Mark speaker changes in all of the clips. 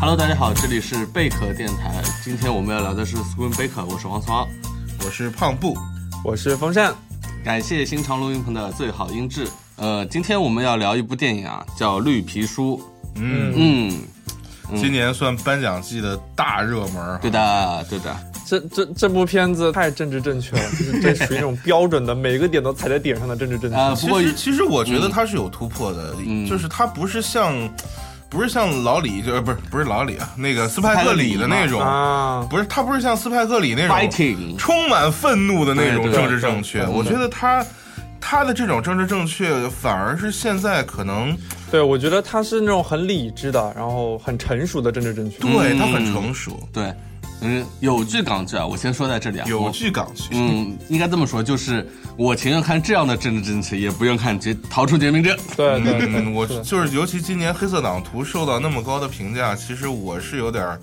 Speaker 1: Hello，大家好，这里是贝壳电台。今天我们要聊的是 Spoon Baker，我是王思豪。
Speaker 2: 我是胖布，
Speaker 3: 我是风扇，
Speaker 1: 感谢新长录音棚的最好音质。呃，今天我们要聊一部电影啊，叫《绿皮书》。
Speaker 2: 嗯，
Speaker 1: 嗯，
Speaker 2: 今年算颁奖季的大热门儿，
Speaker 1: 对的，对的。
Speaker 3: 这这这部片子太政治正 确了，就是这属于那种标准的每个点都踩在点上的政治正确。
Speaker 1: 呃，不
Speaker 2: 其
Speaker 1: 过嗯
Speaker 2: 实其实我觉得它是有突破的，就是它不是像不是像老李，就呃不是不是老李啊，那个斯派克里的那种，
Speaker 3: 啊，
Speaker 2: 不是它不是像斯派克里那种
Speaker 1: fighting，
Speaker 2: 充满愤怒的那种
Speaker 1: 对对
Speaker 2: 政治正确，
Speaker 1: 对
Speaker 2: 我觉得它。他的这种政治正确，反而是现在可能
Speaker 3: 对，我觉得他是那种很理智的，然后很成熟的政治正确。
Speaker 2: 对
Speaker 1: 嗯
Speaker 2: 他很成熟，
Speaker 1: 对，嗯，有句港剧啊，我先说在这里啊，
Speaker 2: 有
Speaker 1: 我
Speaker 2: 据港区。
Speaker 1: 嗯，应该这么说，就是我情愿看这样的政治正确，也不用看绝逃出绝命镇。
Speaker 3: 对对对，
Speaker 2: 嗯，我
Speaker 3: 是的
Speaker 2: 就是尤其今年黑色党徒受到那么高的评价，其实我是有点儿，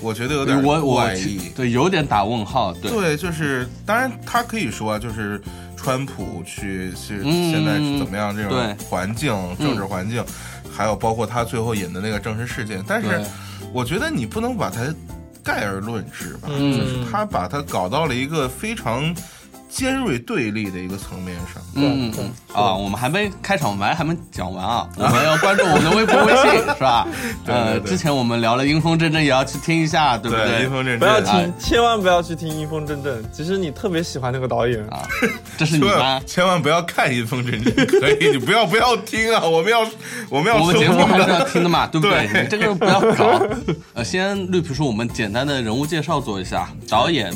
Speaker 2: 我觉得有点儿
Speaker 1: 我我
Speaker 2: 怪异。
Speaker 1: 对有点打问号，对
Speaker 2: 对，就是当然他可以说啊就是川普去是
Speaker 1: 嗯
Speaker 2: 现在是怎么样这
Speaker 1: 对嗯
Speaker 2: 种环境、政治环境，还有包括他最后引的那个政治事件，但是
Speaker 1: 对
Speaker 2: 我觉得你不能把它概而论之吧，
Speaker 3: 嗯
Speaker 2: 就是他把它搞到了一个非常尖锐对立的一个层面上。
Speaker 1: 嗯
Speaker 3: 对
Speaker 1: 嗯啊，我们还没开场白，还没讲完啊， 我们要关注我们的微博、微 信，是吧？
Speaker 2: 对
Speaker 1: 呃，
Speaker 2: 对对
Speaker 1: 之前我们聊了阴风阵阵，也要去听一下，对不
Speaker 2: 阴
Speaker 1: 对？
Speaker 2: 风阵
Speaker 3: 不要
Speaker 2: 阵，啊
Speaker 1: 哎
Speaker 3: 听，千万不要去听《阴风阵阵》，其实你特别喜欢那个导演，
Speaker 1: 啊，这是你
Speaker 2: 千
Speaker 1: 吗
Speaker 2: 万？千万不要看《阴风阵阵》，可以，你不要不要听啊！ 我们要我们要
Speaker 1: 我们
Speaker 2: 收
Speaker 1: 节目
Speaker 2: 听
Speaker 1: 还是
Speaker 2: 的。
Speaker 1: 要听的嘛，对不
Speaker 2: 对
Speaker 1: 你这个不要 搞。呃，先绿皮书，我们简单的人物介绍做一下。导演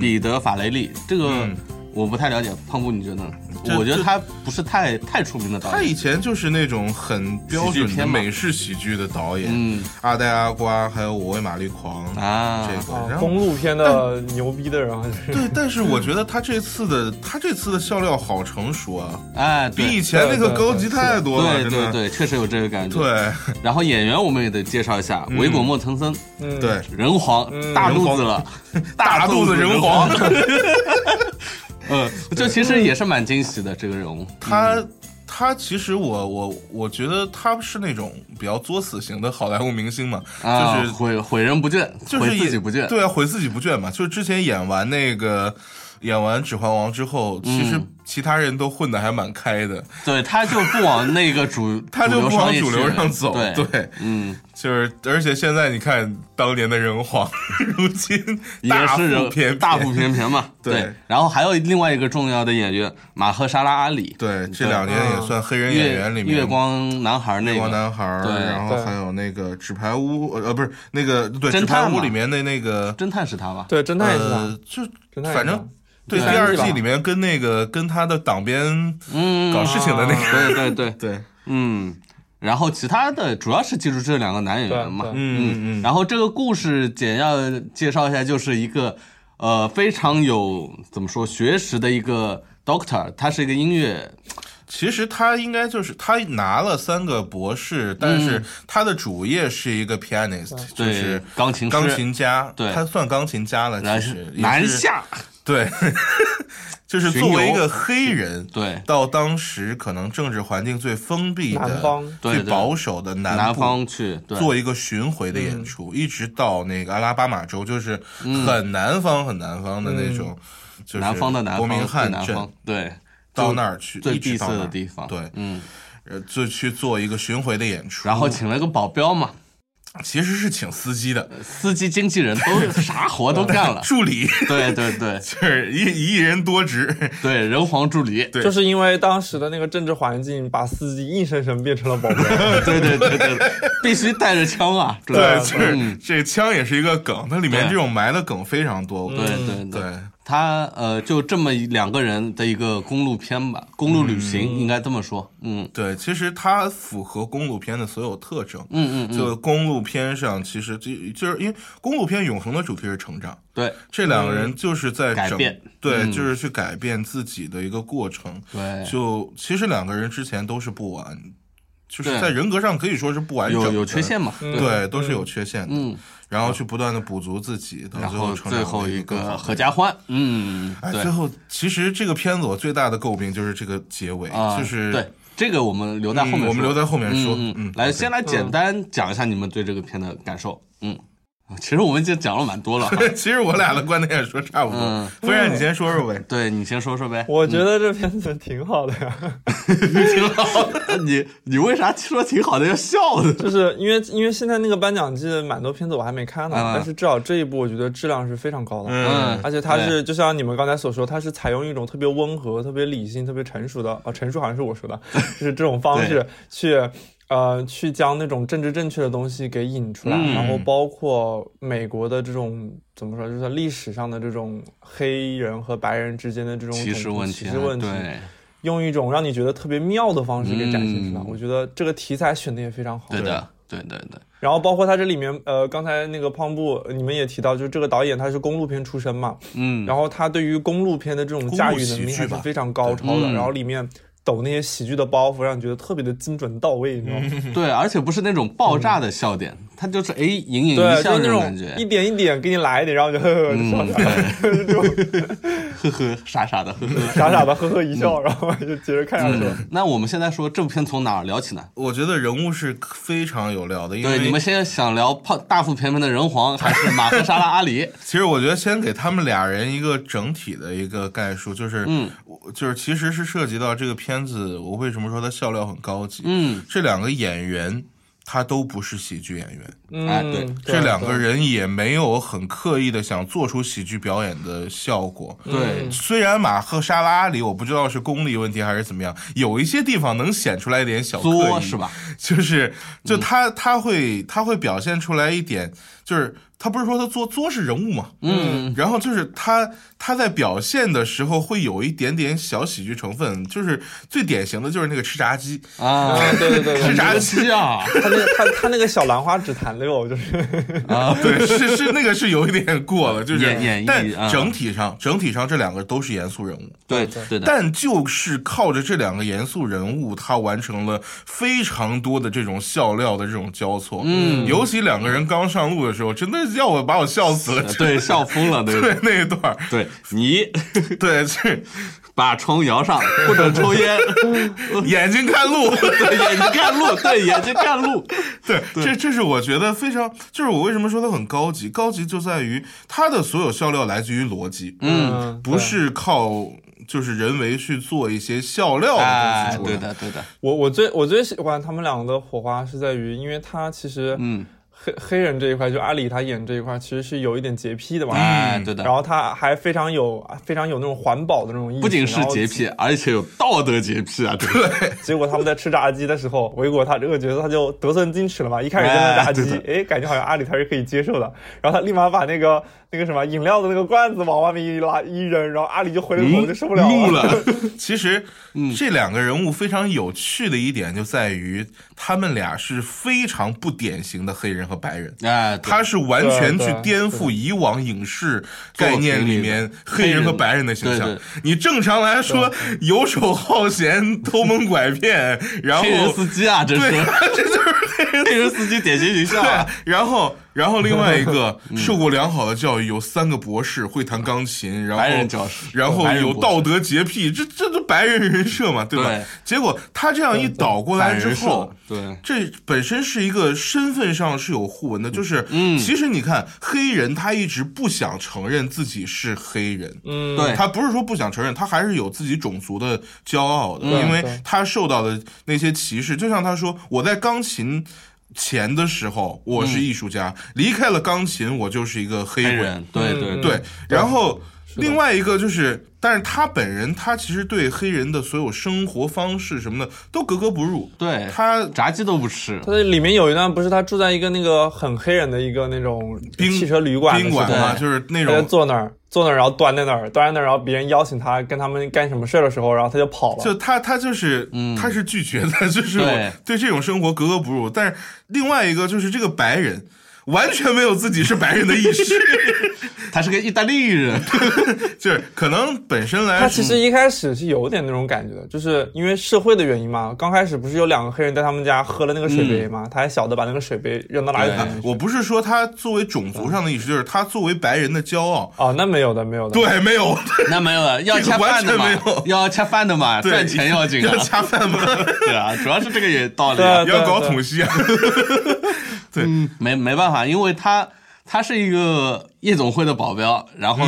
Speaker 1: 彼得·法雷利，这个
Speaker 2: 嗯
Speaker 1: 我不太了解，胖姑你觉得呢？
Speaker 2: 这
Speaker 1: 我觉得
Speaker 2: 这
Speaker 1: 他不是太太出名的导
Speaker 2: 他
Speaker 1: 演。
Speaker 2: 以前就是那种很标
Speaker 1: 喜剧
Speaker 2: 准的
Speaker 1: 片嘛
Speaker 2: 美式喜剧的导演，
Speaker 1: 嗯
Speaker 2: 阿呆阿瓜，还有我为玛丽狂
Speaker 1: 啊
Speaker 2: 这个，
Speaker 3: 啊
Speaker 2: 然，后
Speaker 3: 公路片的牛逼的人，还是
Speaker 2: 对，但是我觉得他这次的他这次的笑料好成熟啊，
Speaker 1: 哎，
Speaker 2: 比以
Speaker 1: 对
Speaker 2: 前那个高级太多了，
Speaker 1: 对
Speaker 2: 真
Speaker 1: 对
Speaker 2: 的。
Speaker 1: 对，确实有这个感觉。
Speaker 2: 对
Speaker 1: 然后演员我们也得介绍一下，维果莫滕森，
Speaker 3: 嗯，
Speaker 2: 对，
Speaker 1: 人皇，大
Speaker 2: 嗯人
Speaker 1: 肚
Speaker 2: 皇
Speaker 1: 子了，
Speaker 2: 大肚子人
Speaker 1: 皇
Speaker 2: 皇，，
Speaker 1: 呃，这其实也是蛮惊喜的这个人物。
Speaker 2: 他他其实我我我觉得他是那种比较作死型的好莱坞明星嘛，
Speaker 1: 啊，
Speaker 2: 就是
Speaker 1: 毁毁人不倦，
Speaker 2: 就是
Speaker 1: 毁自
Speaker 2: 也
Speaker 1: 己不倦。
Speaker 2: 对啊，毁自己不倦嘛。就是之前演完那个演完《指环王》之后，其
Speaker 1: 嗯
Speaker 2: 实其他人都混的还蛮开的，
Speaker 1: 对，他就不往那个主，
Speaker 2: 他就不往主流
Speaker 1: 商业
Speaker 2: 上
Speaker 1: 去
Speaker 2: 走。
Speaker 1: 对，
Speaker 2: 对，
Speaker 1: 嗯，
Speaker 2: 就是而且现在你看当年的人皇， 如今
Speaker 1: 也
Speaker 2: 大
Speaker 1: 是
Speaker 2: 腹
Speaker 1: 人
Speaker 2: 便
Speaker 1: 大腹
Speaker 2: 便。
Speaker 1: 便便嘛。
Speaker 2: 对
Speaker 1: 对，然后还有另外一个重要的演员马赫沙拉阿里，
Speaker 2: 对，这两年也算黑人
Speaker 1: 嗯
Speaker 2: 演
Speaker 1: 月
Speaker 2: 员里面。
Speaker 1: 月光男孩那
Speaker 2: 月光
Speaker 1: 个
Speaker 2: 男孩儿，
Speaker 1: 对
Speaker 2: 然后
Speaker 3: 对
Speaker 2: 还有那个纸牌屋，呃，不是那个对
Speaker 1: 侦
Speaker 2: 纸牌
Speaker 1: 探
Speaker 2: 屋
Speaker 1: 嘛
Speaker 2: 里面的那个，
Speaker 1: 侦探是他吧？
Speaker 3: 对，侦探也是他
Speaker 2: 呃，，就
Speaker 3: 侦探也是他啊
Speaker 2: 反正对
Speaker 1: 对
Speaker 2: 第二
Speaker 3: 第三
Speaker 2: 季
Speaker 3: 季吧
Speaker 2: 里面跟那个跟他的党鞭
Speaker 1: 嗯，
Speaker 2: 搞事情的那
Speaker 1: 对
Speaker 2: 个，
Speaker 1: 对对，
Speaker 2: 对，
Speaker 1: 嗯，然后其他的主要是记住这两个男演员嘛
Speaker 3: 对，
Speaker 2: 嗯
Speaker 3: 对
Speaker 2: 嗯嗯，
Speaker 1: 然后这个故事简要介绍一下，就是一个呃非常有怎么说学识的一个 doctor，他是一个音乐，
Speaker 2: 其实他应该就是他拿了三个博士，但是他的主业是一个 pianist，就
Speaker 1: 嗯对
Speaker 2: 是
Speaker 1: 钢琴师
Speaker 2: 钢，琴家，
Speaker 1: 对
Speaker 2: 他算钢琴家了，
Speaker 1: 然
Speaker 2: 其
Speaker 1: 后
Speaker 2: 实也是
Speaker 1: 南，下，
Speaker 2: 对， 就是
Speaker 1: 巡
Speaker 2: 作为一
Speaker 1: 游
Speaker 2: 个黑人，
Speaker 1: 对
Speaker 2: 到当时可能政治环境最封闭的
Speaker 3: 南方、
Speaker 2: 最
Speaker 1: 对对
Speaker 2: 保守的南
Speaker 1: 南
Speaker 2: 部
Speaker 1: 方去，对，嗯
Speaker 2: 做一个巡回的演出，一直到那个阿拉巴马州，就是很南方、很南方的那种，就是
Speaker 1: 嗯南方的南
Speaker 2: 伯
Speaker 1: 方，
Speaker 2: 明
Speaker 1: 最
Speaker 2: 翰
Speaker 1: 南
Speaker 2: 镇
Speaker 1: 方，对，
Speaker 2: 到
Speaker 1: 就
Speaker 2: 那儿去，
Speaker 1: 最
Speaker 2: 一直
Speaker 1: 闭塞
Speaker 2: 到那
Speaker 1: 的
Speaker 2: 儿
Speaker 1: 地方，
Speaker 2: 对，
Speaker 1: 嗯，
Speaker 2: 呃，就去做一个巡回的演出。
Speaker 1: 然后请了个保镖嘛，
Speaker 2: 其实是请司机的
Speaker 1: 司机、经纪人都啥活都干 了，
Speaker 2: 助理，
Speaker 1: 对对对
Speaker 2: 就是一一人多职。
Speaker 1: 对，人皇助理，
Speaker 2: 对
Speaker 3: 就是因为当时的那个政治环境，把司机硬生生变成了保 镖。
Speaker 1: 对对对对， 必须带着枪啊，主
Speaker 2: 对，
Speaker 1: 要
Speaker 2: 就是是这枪也是一个梗，它里面
Speaker 1: 对
Speaker 2: 这种埋的梗非常多。
Speaker 1: 对对对。
Speaker 2: 对，
Speaker 1: 他呃，就这么一两个人的一个公路片吧，公路旅行、应该这么说，嗯
Speaker 2: 对，其实它符合公路片的所有特征。
Speaker 1: 嗯嗯，
Speaker 2: 就公路片上，其实就就是因为公路片永恒的主题是成长，
Speaker 1: 对
Speaker 2: 这两个人就是在
Speaker 1: 嗯改
Speaker 2: 整
Speaker 1: 变
Speaker 2: 对，
Speaker 1: 嗯
Speaker 2: 就是去改变自己的一个过程。
Speaker 1: 对，
Speaker 2: 就其实两个人之前都是不完，就是
Speaker 1: 对
Speaker 2: 在人格上可以说是不完整
Speaker 1: 有
Speaker 2: 的，
Speaker 1: 有缺陷嘛，
Speaker 3: 嗯
Speaker 2: 对，都是有缺陷的。
Speaker 1: 嗯，
Speaker 2: 然后去不断的补足自己，到
Speaker 1: 然
Speaker 2: 最后
Speaker 1: 后
Speaker 2: 成
Speaker 1: 最
Speaker 2: 长
Speaker 1: 后
Speaker 2: 为
Speaker 1: 一
Speaker 2: 更
Speaker 1: 个
Speaker 2: 好
Speaker 1: 合
Speaker 2: 的
Speaker 1: 家欢，嗯，
Speaker 2: 哎，
Speaker 1: 对
Speaker 2: 最后其实这个片子我最大的诟病就是这个结尾，
Speaker 1: 啊，
Speaker 2: 就是
Speaker 1: 对这个我们留在后面说、
Speaker 2: 嗯我们留在后面说
Speaker 1: 嗯
Speaker 2: 嗯
Speaker 1: 来，
Speaker 2: OK
Speaker 1: 先来简单讲一下你们对这个片的感受。嗯，其实我们已经讲了蛮多了。
Speaker 2: 其实我俩的观点也说差不多
Speaker 1: 嗯，
Speaker 2: 飞然你先说说呗。
Speaker 1: 对你先说说呗，
Speaker 3: 我觉得这片子挺好的呀，
Speaker 1: 挺好的。啊你你为啥说挺好的要笑呢？
Speaker 3: 就是因为因为现在那个颁奖季蛮多片子我还没看呢，
Speaker 1: 嗯
Speaker 3: 但是至少这一部我觉得质量是非常高的。
Speaker 2: 嗯，
Speaker 3: 而且它是就像你们刚才所说，它是采用一种特别温和、特别理性、特别成熟的啊、成熟好像是我 说的，就是这种方式去呃去将那种政治正确的东西给引出来，
Speaker 1: 嗯
Speaker 3: 然后包括美国的这种怎么说，就是历史上的这种黑人和白人之间的这种
Speaker 1: 歧视
Speaker 3: 种族
Speaker 1: 问题
Speaker 3: 歧
Speaker 1: 啊，
Speaker 3: 视问题，
Speaker 1: 对
Speaker 3: 用一种让你觉得特别妙的方式给展现出来。
Speaker 1: 嗯
Speaker 3: 我觉得这个题材选的也非常好。
Speaker 1: 对的，对对对，
Speaker 3: 然后包括它这里面，呃，刚才那个胖布你们也提到，就是这个导演他是公路片出身嘛，
Speaker 1: 嗯，
Speaker 3: 然后他对于公路片的这种驾驭能力还是非常高
Speaker 1: 公
Speaker 3: 超
Speaker 1: 路喜剧
Speaker 3: 的，
Speaker 1: 吧嗯
Speaker 3: 然后里面抖那些喜剧的包袱，让你觉得特别的精准到位，你知道吗？
Speaker 1: 对，而且不是那种爆炸的笑点，它就是哎隐隐
Speaker 3: 对，
Speaker 1: 一
Speaker 3: 就是
Speaker 1: 笑
Speaker 3: 那
Speaker 1: 种
Speaker 3: 种
Speaker 1: 感觉嗯
Speaker 3: 一，点一点给你来一点，然后就 呵呵呵就笑出来了，就是这种
Speaker 1: 呵呵，傻傻的呵呵。
Speaker 3: 傻傻的呵呵一笑，然后就接着看下去了。
Speaker 1: 那我们现在说这部片从哪儿聊起呢？
Speaker 2: 我觉得人物是非常有料
Speaker 3: 嗯
Speaker 2: 的，因
Speaker 1: 对，你
Speaker 2: 为
Speaker 1: 们现在想聊胖大腹便便的人皇，还是马赫沙拉阿里？
Speaker 2: 其实我觉得先给他们俩人一个整体的一个概述，就是，
Speaker 1: 嗯
Speaker 2: 我就是其实是涉及到这个片子，我为什么说它笑料很高级？
Speaker 1: 嗯，
Speaker 2: 这两个演员他都不是喜剧演员，
Speaker 3: 嗯，
Speaker 1: 哎对
Speaker 2: 这两个人也没有很刻意的想做出喜剧表演的效果。
Speaker 1: 对，
Speaker 2: 虽然马赫沙拉里，我不知道是功力问题还是怎么样，有一些地方能显出来一点小刻
Speaker 1: 作嗯
Speaker 2: 意，
Speaker 1: 是吧？
Speaker 2: 就是就他、他会他会表现出来一点，就是他不是说他作作是人物嘛，嗯，然后就是他他在表现的时候会有一点点小喜剧成分，就是最典型的就是那个吃 炸鸡，
Speaker 1: 啊，
Speaker 3: 啊，对对对
Speaker 2: 吃
Speaker 3: 对。
Speaker 2: 炸鸡。
Speaker 1: 气啊！
Speaker 3: 他那个他他那个小兰花指弹溜，就是
Speaker 1: 啊，
Speaker 2: 对，是是那个是有一点过了，就是
Speaker 1: 演演绎啊
Speaker 2: 但整体上整体上这两个都是严肃人物，
Speaker 1: 对对的，
Speaker 2: 但就是靠着这两个严肃人物，他完成了非常多的这种笑料的这种交错。嗯，尤其两个人刚上路的时候，真的要我把我笑死了。
Speaker 1: 对笑疯了，对
Speaker 2: 对那一段儿，
Speaker 1: 对，你
Speaker 2: 对，是
Speaker 1: 把床摇上或者抽 烟，
Speaker 2: 眼睛看路，
Speaker 1: 对眼睛看路，对眼睛看 路，
Speaker 2: 对，这这是我觉得非常，就是我为什么说它很高级，高级就在于它的所有笑料来自于逻辑，
Speaker 3: 嗯
Speaker 2: 不是靠就是人为去做一些笑料的东
Speaker 1: 哎
Speaker 2: 西，出来。
Speaker 1: 对的对的，
Speaker 3: 我我最我最喜欢他们两个的火花是在于，因为他其实
Speaker 1: 嗯，
Speaker 3: 黑黑人这一块，就阿里他演这一块，其实是有一点洁癖的嘛。
Speaker 1: 哎对的
Speaker 3: 嗯然，后他还非常有非常有那种环保的那种意识，
Speaker 1: 不仅是
Speaker 3: 然后
Speaker 1: 洁癖，而且有道德洁癖啊，对
Speaker 3: 结果他们在吃炸鸡的时候，维果他这个角色他就得寸进尺了嘛。一开始在那炸鸡，哎，感觉好像阿里他是可以接受的。然后他立马把那个那个什么饮料的那个罐子往外面一拉一扔，然后阿里就回了一口就受不了
Speaker 1: 嗯怒
Speaker 3: 了。
Speaker 1: 了，
Speaker 2: 其实，这两个人物非常有趣的一点就在于，他们俩是非常不典型的黑人和白人。
Speaker 1: 哎，对
Speaker 2: 他是完全
Speaker 3: 对
Speaker 2: 去
Speaker 3: 对
Speaker 2: 颠覆以往影视概念里面黑人和白人的形
Speaker 1: 对
Speaker 2: 象
Speaker 1: 对。
Speaker 2: 你正常来说，游手好闲、偷蒙拐骗，然后
Speaker 1: 黑人司机啊，真是
Speaker 2: 对，这就是黑 人
Speaker 1: 黑人司机典型形象啊
Speaker 2: 对，， 然后，然后另外一 个
Speaker 1: 嗯
Speaker 2: 受过良好的教育，有三个博士，会弹钢琴，然后
Speaker 1: 白人教师
Speaker 2: 然后
Speaker 1: 白人
Speaker 2: 有
Speaker 1: 博士
Speaker 2: 道德洁癖，这这都白人人设嘛，对吧？
Speaker 1: 对
Speaker 2: 结果他这样一倒过来
Speaker 1: 反
Speaker 2: 之
Speaker 1: 人
Speaker 2: 后
Speaker 1: 设，，对，
Speaker 2: 这本身是一个身份上是有互文的，就是，嗯，其实你看黑人他一直不想承认自己是黑人，
Speaker 3: 嗯，
Speaker 1: 对
Speaker 2: 他不是说不想承认，他还是有自己种族的骄傲的，
Speaker 3: 嗯
Speaker 2: 因为
Speaker 3: 对
Speaker 2: 他受到的那些歧视，就像他说，我在钢琴。前的时候，我是艺术家；离开了钢琴，我就是一个
Speaker 1: 嗯黑
Speaker 2: 黑人。
Speaker 1: 人，对对
Speaker 3: 嗯
Speaker 2: 对，然后另外一个就是，但是他本人，他其实对黑人的所有生活方式什么的都格格不入。
Speaker 1: 对，
Speaker 2: 他
Speaker 1: 炸鸡都不吃，
Speaker 3: 他这里面有一段不是他住在一个那个很黑人的一个那种
Speaker 2: 宾
Speaker 3: 汽车旅馆的
Speaker 2: 宾
Speaker 3: 时候
Speaker 2: 馆嘛，
Speaker 1: 对
Speaker 2: 就是那
Speaker 3: 他就
Speaker 2: 种
Speaker 3: 坐那儿，坐那儿，然后端在那儿，端在那儿，然后别人邀请他跟他们干什么事儿的时候，然后他就跑了。
Speaker 2: 就他他就是、他是拒绝的， 就是
Speaker 1: 对
Speaker 2: 我对这种生活格格不入。但是另外一个就是这个白人。完全没有自己是白人的意识，
Speaker 1: 他是个意大利人，
Speaker 2: 就是可能本身来
Speaker 3: 他其实一开始是有点那种感觉的，就是因为社会的原因嘛。刚开始不是有两个黑人在他们家喝了那个水杯
Speaker 2: 嗯
Speaker 3: 嘛，他还小的把那个水杯扔到垃圾桶里去。
Speaker 2: 我不是说他作为种族上的意识，就是他作为白人的骄傲。
Speaker 3: 哦，那没有的，没有的。
Speaker 2: 对，没有
Speaker 1: 那没有了，要恰饭的嘛
Speaker 2: 这个完全没有，
Speaker 1: 要恰饭的嘛，
Speaker 2: 对
Speaker 1: 赚钱要紧啊
Speaker 2: 要，恰饭吗？
Speaker 1: 对啊，主要是这个也道理
Speaker 3: 对
Speaker 1: 啊
Speaker 3: 啊，
Speaker 2: 要搞统西啊！
Speaker 1: 没没办法，因为他他是一个夜总会的保镖，然后、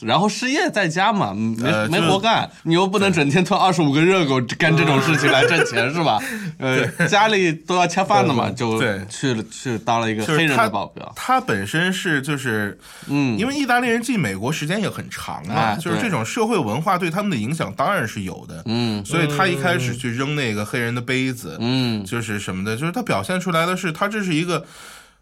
Speaker 1: 然后失业在家嘛，没、
Speaker 2: 嗯呃
Speaker 1: 没
Speaker 2: 就是
Speaker 1: 活干，你又不能整天吞二十五个热狗干这种事情来挣钱、是吧？呃，家里都要吃饭的嘛，就
Speaker 2: 对
Speaker 1: 去了去当了一个
Speaker 2: 就是
Speaker 1: 黑人
Speaker 2: 他
Speaker 1: 的保镖。
Speaker 2: 他本身是就是，嗯，因为意大利人进美国时间也很长嘛，
Speaker 1: 哎
Speaker 2: 就是
Speaker 1: 对
Speaker 2: 这种社会文化对他们的影响当然是有的，嗯，所以他一开始去扔那个黑人的杯子，
Speaker 1: 嗯，
Speaker 2: 就是什么的，就是他表现出来的是他这是一个。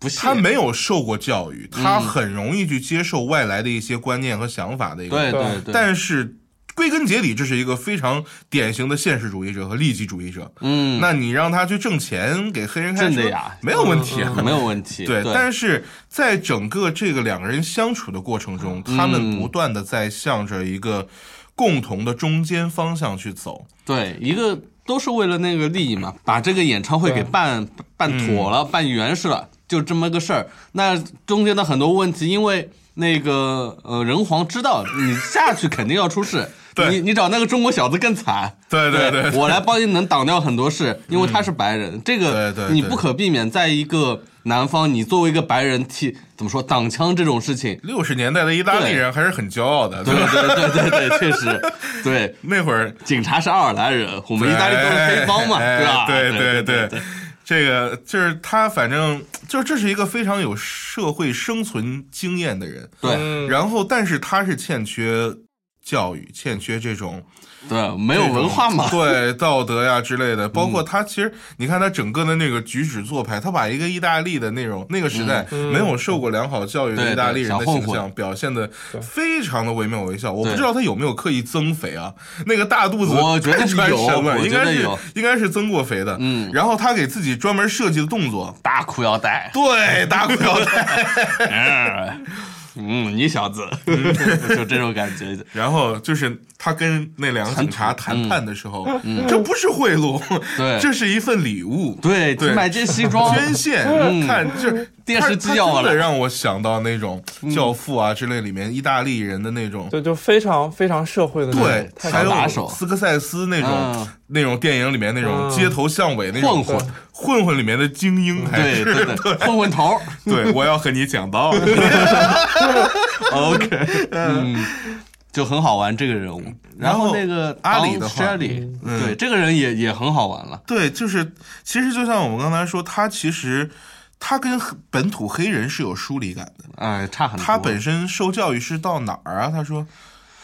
Speaker 1: 不屑
Speaker 2: 他没有受过教育，他很容易去接受外来的一些观念和想法的一个
Speaker 1: 对
Speaker 2: 人，
Speaker 1: 对对，
Speaker 2: 但是归根结底，这是一个非常典型的现实主义者和利己主义者。
Speaker 1: 嗯，
Speaker 2: 那你让他去挣钱，给黑人开
Speaker 1: 挣
Speaker 2: 车
Speaker 1: 的呀嗯
Speaker 2: 没有问题啊，
Speaker 1: 没有问题。
Speaker 2: 对，
Speaker 1: 对，
Speaker 2: 但是在整个这个两个人相处的过程中，他们
Speaker 1: 嗯
Speaker 2: 不断的在向着一个共同的中间方向去走。
Speaker 1: 对，一个都是为了那个利益嘛，把这个演唱会给办办妥
Speaker 2: 嗯
Speaker 1: 了，办圆实了，就这么个事儿。那中间的很多问题，因为那个呃人皇知道你下去肯定要出事，
Speaker 2: 对
Speaker 1: 你你找那个中国小子更惨。
Speaker 2: 对对对
Speaker 1: 我来帮你能挡掉很多事，因为他是白人，这个
Speaker 2: 对对对
Speaker 1: 你不可避免，在一个南方，你作为一个白人替怎么说挡枪这种事情。
Speaker 2: 六十年代的意大利人还是很骄傲的，
Speaker 1: 对
Speaker 2: 吧？
Speaker 1: 对对对对，确实，对，
Speaker 2: 那会儿
Speaker 1: 警察是爱尔兰人，我们意大利都是黑帮嘛，
Speaker 2: 哎
Speaker 1: 对吧？
Speaker 2: 对
Speaker 1: 对
Speaker 2: 对。这个就是他，反正就是这是一个非常有社会生存经验的人，
Speaker 1: 对
Speaker 3: 嗯，
Speaker 2: 然后但是他是欠缺教育，欠缺这种
Speaker 1: 对，没有文化嘛，嗯
Speaker 2: 对道德呀之类的，包括他其实你看他整个的那个举止做派，他把一个意大利的那种那个时代没有受过良好教育
Speaker 1: 对
Speaker 2: 的
Speaker 1: 嗯对
Speaker 2: 意大利人的
Speaker 1: 小混
Speaker 2: 形象表现的非常的惟妙惟肖。我
Speaker 1: 对
Speaker 2: 不知道他有没有刻意增肥啊？那个大肚子
Speaker 1: 我觉得
Speaker 2: 看出来
Speaker 1: 有
Speaker 2: 什么
Speaker 1: 我
Speaker 2: 应
Speaker 1: 觉
Speaker 2: 该
Speaker 1: 得
Speaker 2: 是
Speaker 1: 有
Speaker 2: 应该是增过肥的。嗯，然后他给自己专门设计的动作，
Speaker 1: 大裤腰带，
Speaker 2: 对打裤腰带，
Speaker 1: 嗯嗯，你小子， 就这种感觉。
Speaker 2: 然后就是他跟那两个警察谈判的时候，这不是贿赂，
Speaker 1: 嗯对
Speaker 2: 这是一份礼物。
Speaker 1: 对，
Speaker 2: 对
Speaker 1: 买件西装，
Speaker 2: 捐献，看就是
Speaker 1: 电视机
Speaker 2: 它
Speaker 1: 要
Speaker 2: 它
Speaker 1: 我
Speaker 2: 真的
Speaker 1: 了嗯
Speaker 2: 让我想到那种《教父》啊之类里面意大利人的那种，
Speaker 3: 就就非常非常社会的那种，
Speaker 2: 对，
Speaker 3: 太
Speaker 2: 还
Speaker 1: 小打
Speaker 2: 有
Speaker 1: 手
Speaker 2: 斯科塞斯那种
Speaker 1: 嗯
Speaker 2: 那种电影里面那种
Speaker 3: 嗯
Speaker 2: 街头巷尾那种
Speaker 1: 混混
Speaker 2: 混混里面的精英，还
Speaker 1: 对
Speaker 2: 是
Speaker 1: 对对，混混头儿。
Speaker 2: 对，我要和你 讲道理。
Speaker 1: OK，嗯，就很好玩这个人物。然
Speaker 2: 然后
Speaker 1: 后那个
Speaker 2: 阿里的话嗯
Speaker 1: s h e r l y 对，这个人也也很好玩了。
Speaker 2: 对，就是其实就像我们刚才说，他其实他跟黑本土黑人是有疏离感的，
Speaker 1: 哎，差很多。
Speaker 2: 他本身受教育是到哪儿啊？他说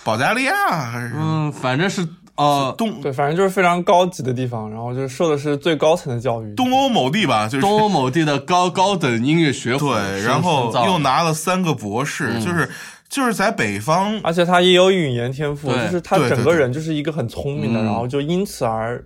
Speaker 2: 保加利亚还是什么
Speaker 1: 嗯，反正是呃，
Speaker 2: 东
Speaker 3: 对，反正就是非常高级的地方，然后就是受的是最高层的教育。
Speaker 2: 东欧某地吧，就是
Speaker 1: 东欧某地的高高等音乐学府深
Speaker 2: 对，
Speaker 1: 深造的，嗯
Speaker 2: 然后又拿了三个博士，就是就是在北方，
Speaker 3: 而且他也有语言天赋，
Speaker 1: 对
Speaker 3: 就是他
Speaker 2: 对对
Speaker 3: 整个人就是一个很聪明的，
Speaker 1: 嗯
Speaker 3: 然后就因此而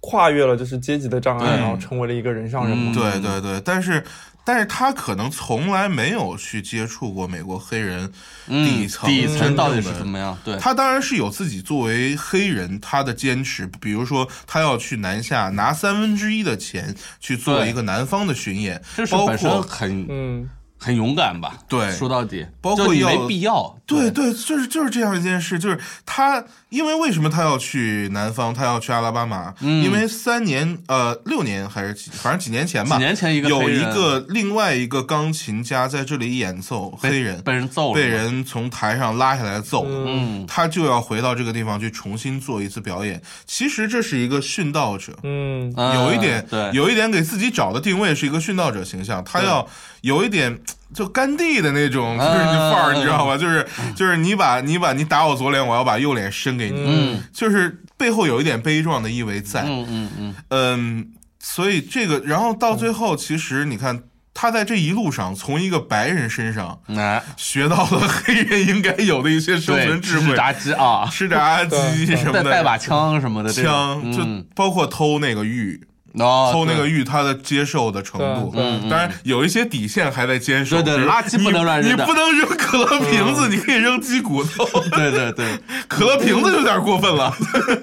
Speaker 3: 跨越了就是阶级的障碍，
Speaker 1: 对
Speaker 3: 然后成为了一个人上人嘛。
Speaker 1: 嗯
Speaker 2: 对对对，但是但是他可能从来没有去接触过美国黑人底
Speaker 1: 嗯
Speaker 2: 层、
Speaker 1: 底
Speaker 2: 真
Speaker 1: 层
Speaker 2: 正
Speaker 1: 到底是
Speaker 2: 的
Speaker 1: 怎么样？对，
Speaker 2: 他当然是有自己作为黑人他的坚持，比如说他要去南下拿三分之一的钱去做
Speaker 1: 对
Speaker 2: 一个南方的巡演
Speaker 1: 这，是
Speaker 2: 包
Speaker 1: 本身
Speaker 2: 括
Speaker 1: 很
Speaker 3: 嗯，
Speaker 1: 很勇敢吧？
Speaker 2: 对
Speaker 1: 说到底，
Speaker 2: 包括
Speaker 1: 就你
Speaker 2: 要
Speaker 1: 没必要。
Speaker 2: 对对，就是就是这样一件事，就是他，因为为什么他要去南方，他要去阿拉巴马？
Speaker 1: 嗯
Speaker 2: 因为三年呃六年还是几，反正几年前吧，
Speaker 1: 几年前一个
Speaker 2: 有
Speaker 1: 黑
Speaker 2: 一
Speaker 1: 人
Speaker 2: 个另外一个钢琴家在这里演奏黑人，
Speaker 1: 被人揍了，
Speaker 2: 被人从台上拉下来揍，
Speaker 1: 嗯，
Speaker 2: 他就要回到这个地方去重新做一次表演。其实这是一个殉道者，
Speaker 3: 嗯，
Speaker 1: 嗯
Speaker 2: 有一点，
Speaker 1: 对，
Speaker 2: 有一点给自己找的定位是一个殉道者形象，他要有一点就甘地的那种，就是你范儿，
Speaker 1: 嗯
Speaker 2: 你知道吧？就是就是你把你把你打我左脸，我要把右脸伸给你，就是背后有一点悲壮的意味在，
Speaker 1: 嗯嗯嗯，
Speaker 2: 嗯，所以这个，然后到最后，其实你看。他在这一路上，从一个白人身上
Speaker 1: 哎，
Speaker 2: 学到了黑人应该有的一些生
Speaker 1: 对，
Speaker 2: 存智慧
Speaker 1: 吃，炸鸡啊，
Speaker 2: 吃炸鸡
Speaker 3: 对
Speaker 2: 什么
Speaker 1: 带
Speaker 2: 的，
Speaker 1: 带把枪什么的，这种
Speaker 2: 枪，就
Speaker 1: 嗯
Speaker 2: 包括偷那个玉，
Speaker 1: 哦，
Speaker 2: 偷那个玉，他的接受的程度，
Speaker 3: 对
Speaker 1: 嗯嗯
Speaker 2: 当然有一些底线还在坚守。
Speaker 1: 对对
Speaker 2: 比如
Speaker 1: 垃圾不能乱扔
Speaker 2: 你
Speaker 1: 的嗯
Speaker 2: 你不能扔可乐瓶子，你可以扔鸡骨头。
Speaker 1: 对对对，
Speaker 2: 可乐瓶子有点过分了。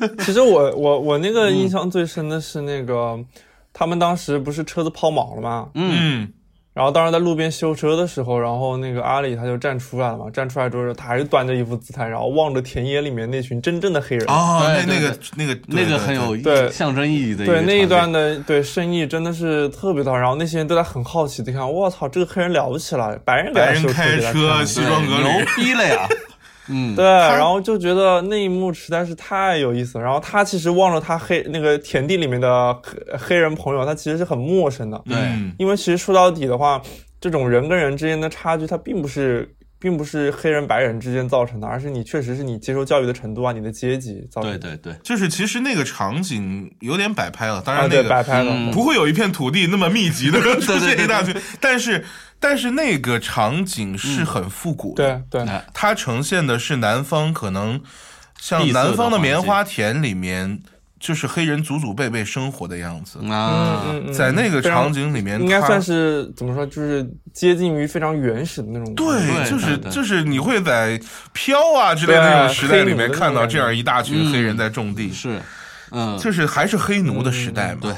Speaker 3: 嗯其实我我我那
Speaker 1: 嗯
Speaker 3: 个印象最深的是那个，他们当时不是车子抛锚了吗？
Speaker 2: 嗯，
Speaker 3: 然后当时在路边修车的时候，然后那个阿里他就站出来了嘛，站出来之后，他还是端着一副姿态，然后望着田野里面那群真正的黑人。
Speaker 2: 哦，
Speaker 1: 对
Speaker 2: 那那
Speaker 1: 对
Speaker 2: 个那个
Speaker 1: 那个很有
Speaker 2: 对
Speaker 1: 意
Speaker 3: 对
Speaker 1: 象征意义的个
Speaker 3: 对那一
Speaker 1: 场
Speaker 3: 段
Speaker 1: 景
Speaker 3: 的对生意真的是特别大，然后那些人都在很好奇的看，我操，这个黑人了不起了，白人给
Speaker 2: 白
Speaker 3: 他
Speaker 2: 人
Speaker 3: 修车
Speaker 2: 开
Speaker 3: 给他看
Speaker 2: 车，西装革
Speaker 1: 对牛
Speaker 2: 履，
Speaker 1: 逼了 呀！
Speaker 3: 对，然后就觉得那一幕实在是太有意思了。然后他其实望着他黑那个田地里面的黑黑人朋友，他其实是很陌生的，
Speaker 1: 对，
Speaker 2: 嗯，
Speaker 3: 因为其实说到底的话，这种人跟人之间的差距，它并不是。并不是黑人白人之间造成的，而是你确实是你接受教育的程度啊，你的阶级造成
Speaker 1: 对
Speaker 3: 的。
Speaker 1: 对对，
Speaker 2: 就是其实那个场景有点摆拍了，当
Speaker 3: 啊，
Speaker 2: 然
Speaker 3: 对，
Speaker 2: 那
Speaker 3: 摆
Speaker 2: 个
Speaker 3: 拍了。
Speaker 1: 嗯
Speaker 2: 不会有一片土地那么密集的出
Speaker 1: 对
Speaker 2: 现
Speaker 1: 对嗯
Speaker 2: 一大群，但是但是那个场景是很复古的，
Speaker 3: 对对，
Speaker 1: 哎
Speaker 2: 它呈现的是南方可能像
Speaker 1: 闭塞的
Speaker 2: 南方的
Speaker 1: 环境
Speaker 2: 棉花田里面，就是黑人祖祖辈辈生活的样子。
Speaker 1: 啊，
Speaker 3: 嗯嗯，
Speaker 2: 在那个
Speaker 3: 非常
Speaker 2: 场景里面，
Speaker 3: 应该
Speaker 2: 它
Speaker 3: 算是怎么说，就是接近于非常原始的那种。
Speaker 2: 对，
Speaker 1: 对
Speaker 2: 就是
Speaker 1: 对对
Speaker 2: 就是你会在飘啊之类的那种时代里面
Speaker 3: 对
Speaker 2: 看到这样一大群
Speaker 1: 嗯
Speaker 2: 黑人在种地，
Speaker 1: 是，嗯，
Speaker 2: 就是还是黑奴的时代嘛。
Speaker 1: 对，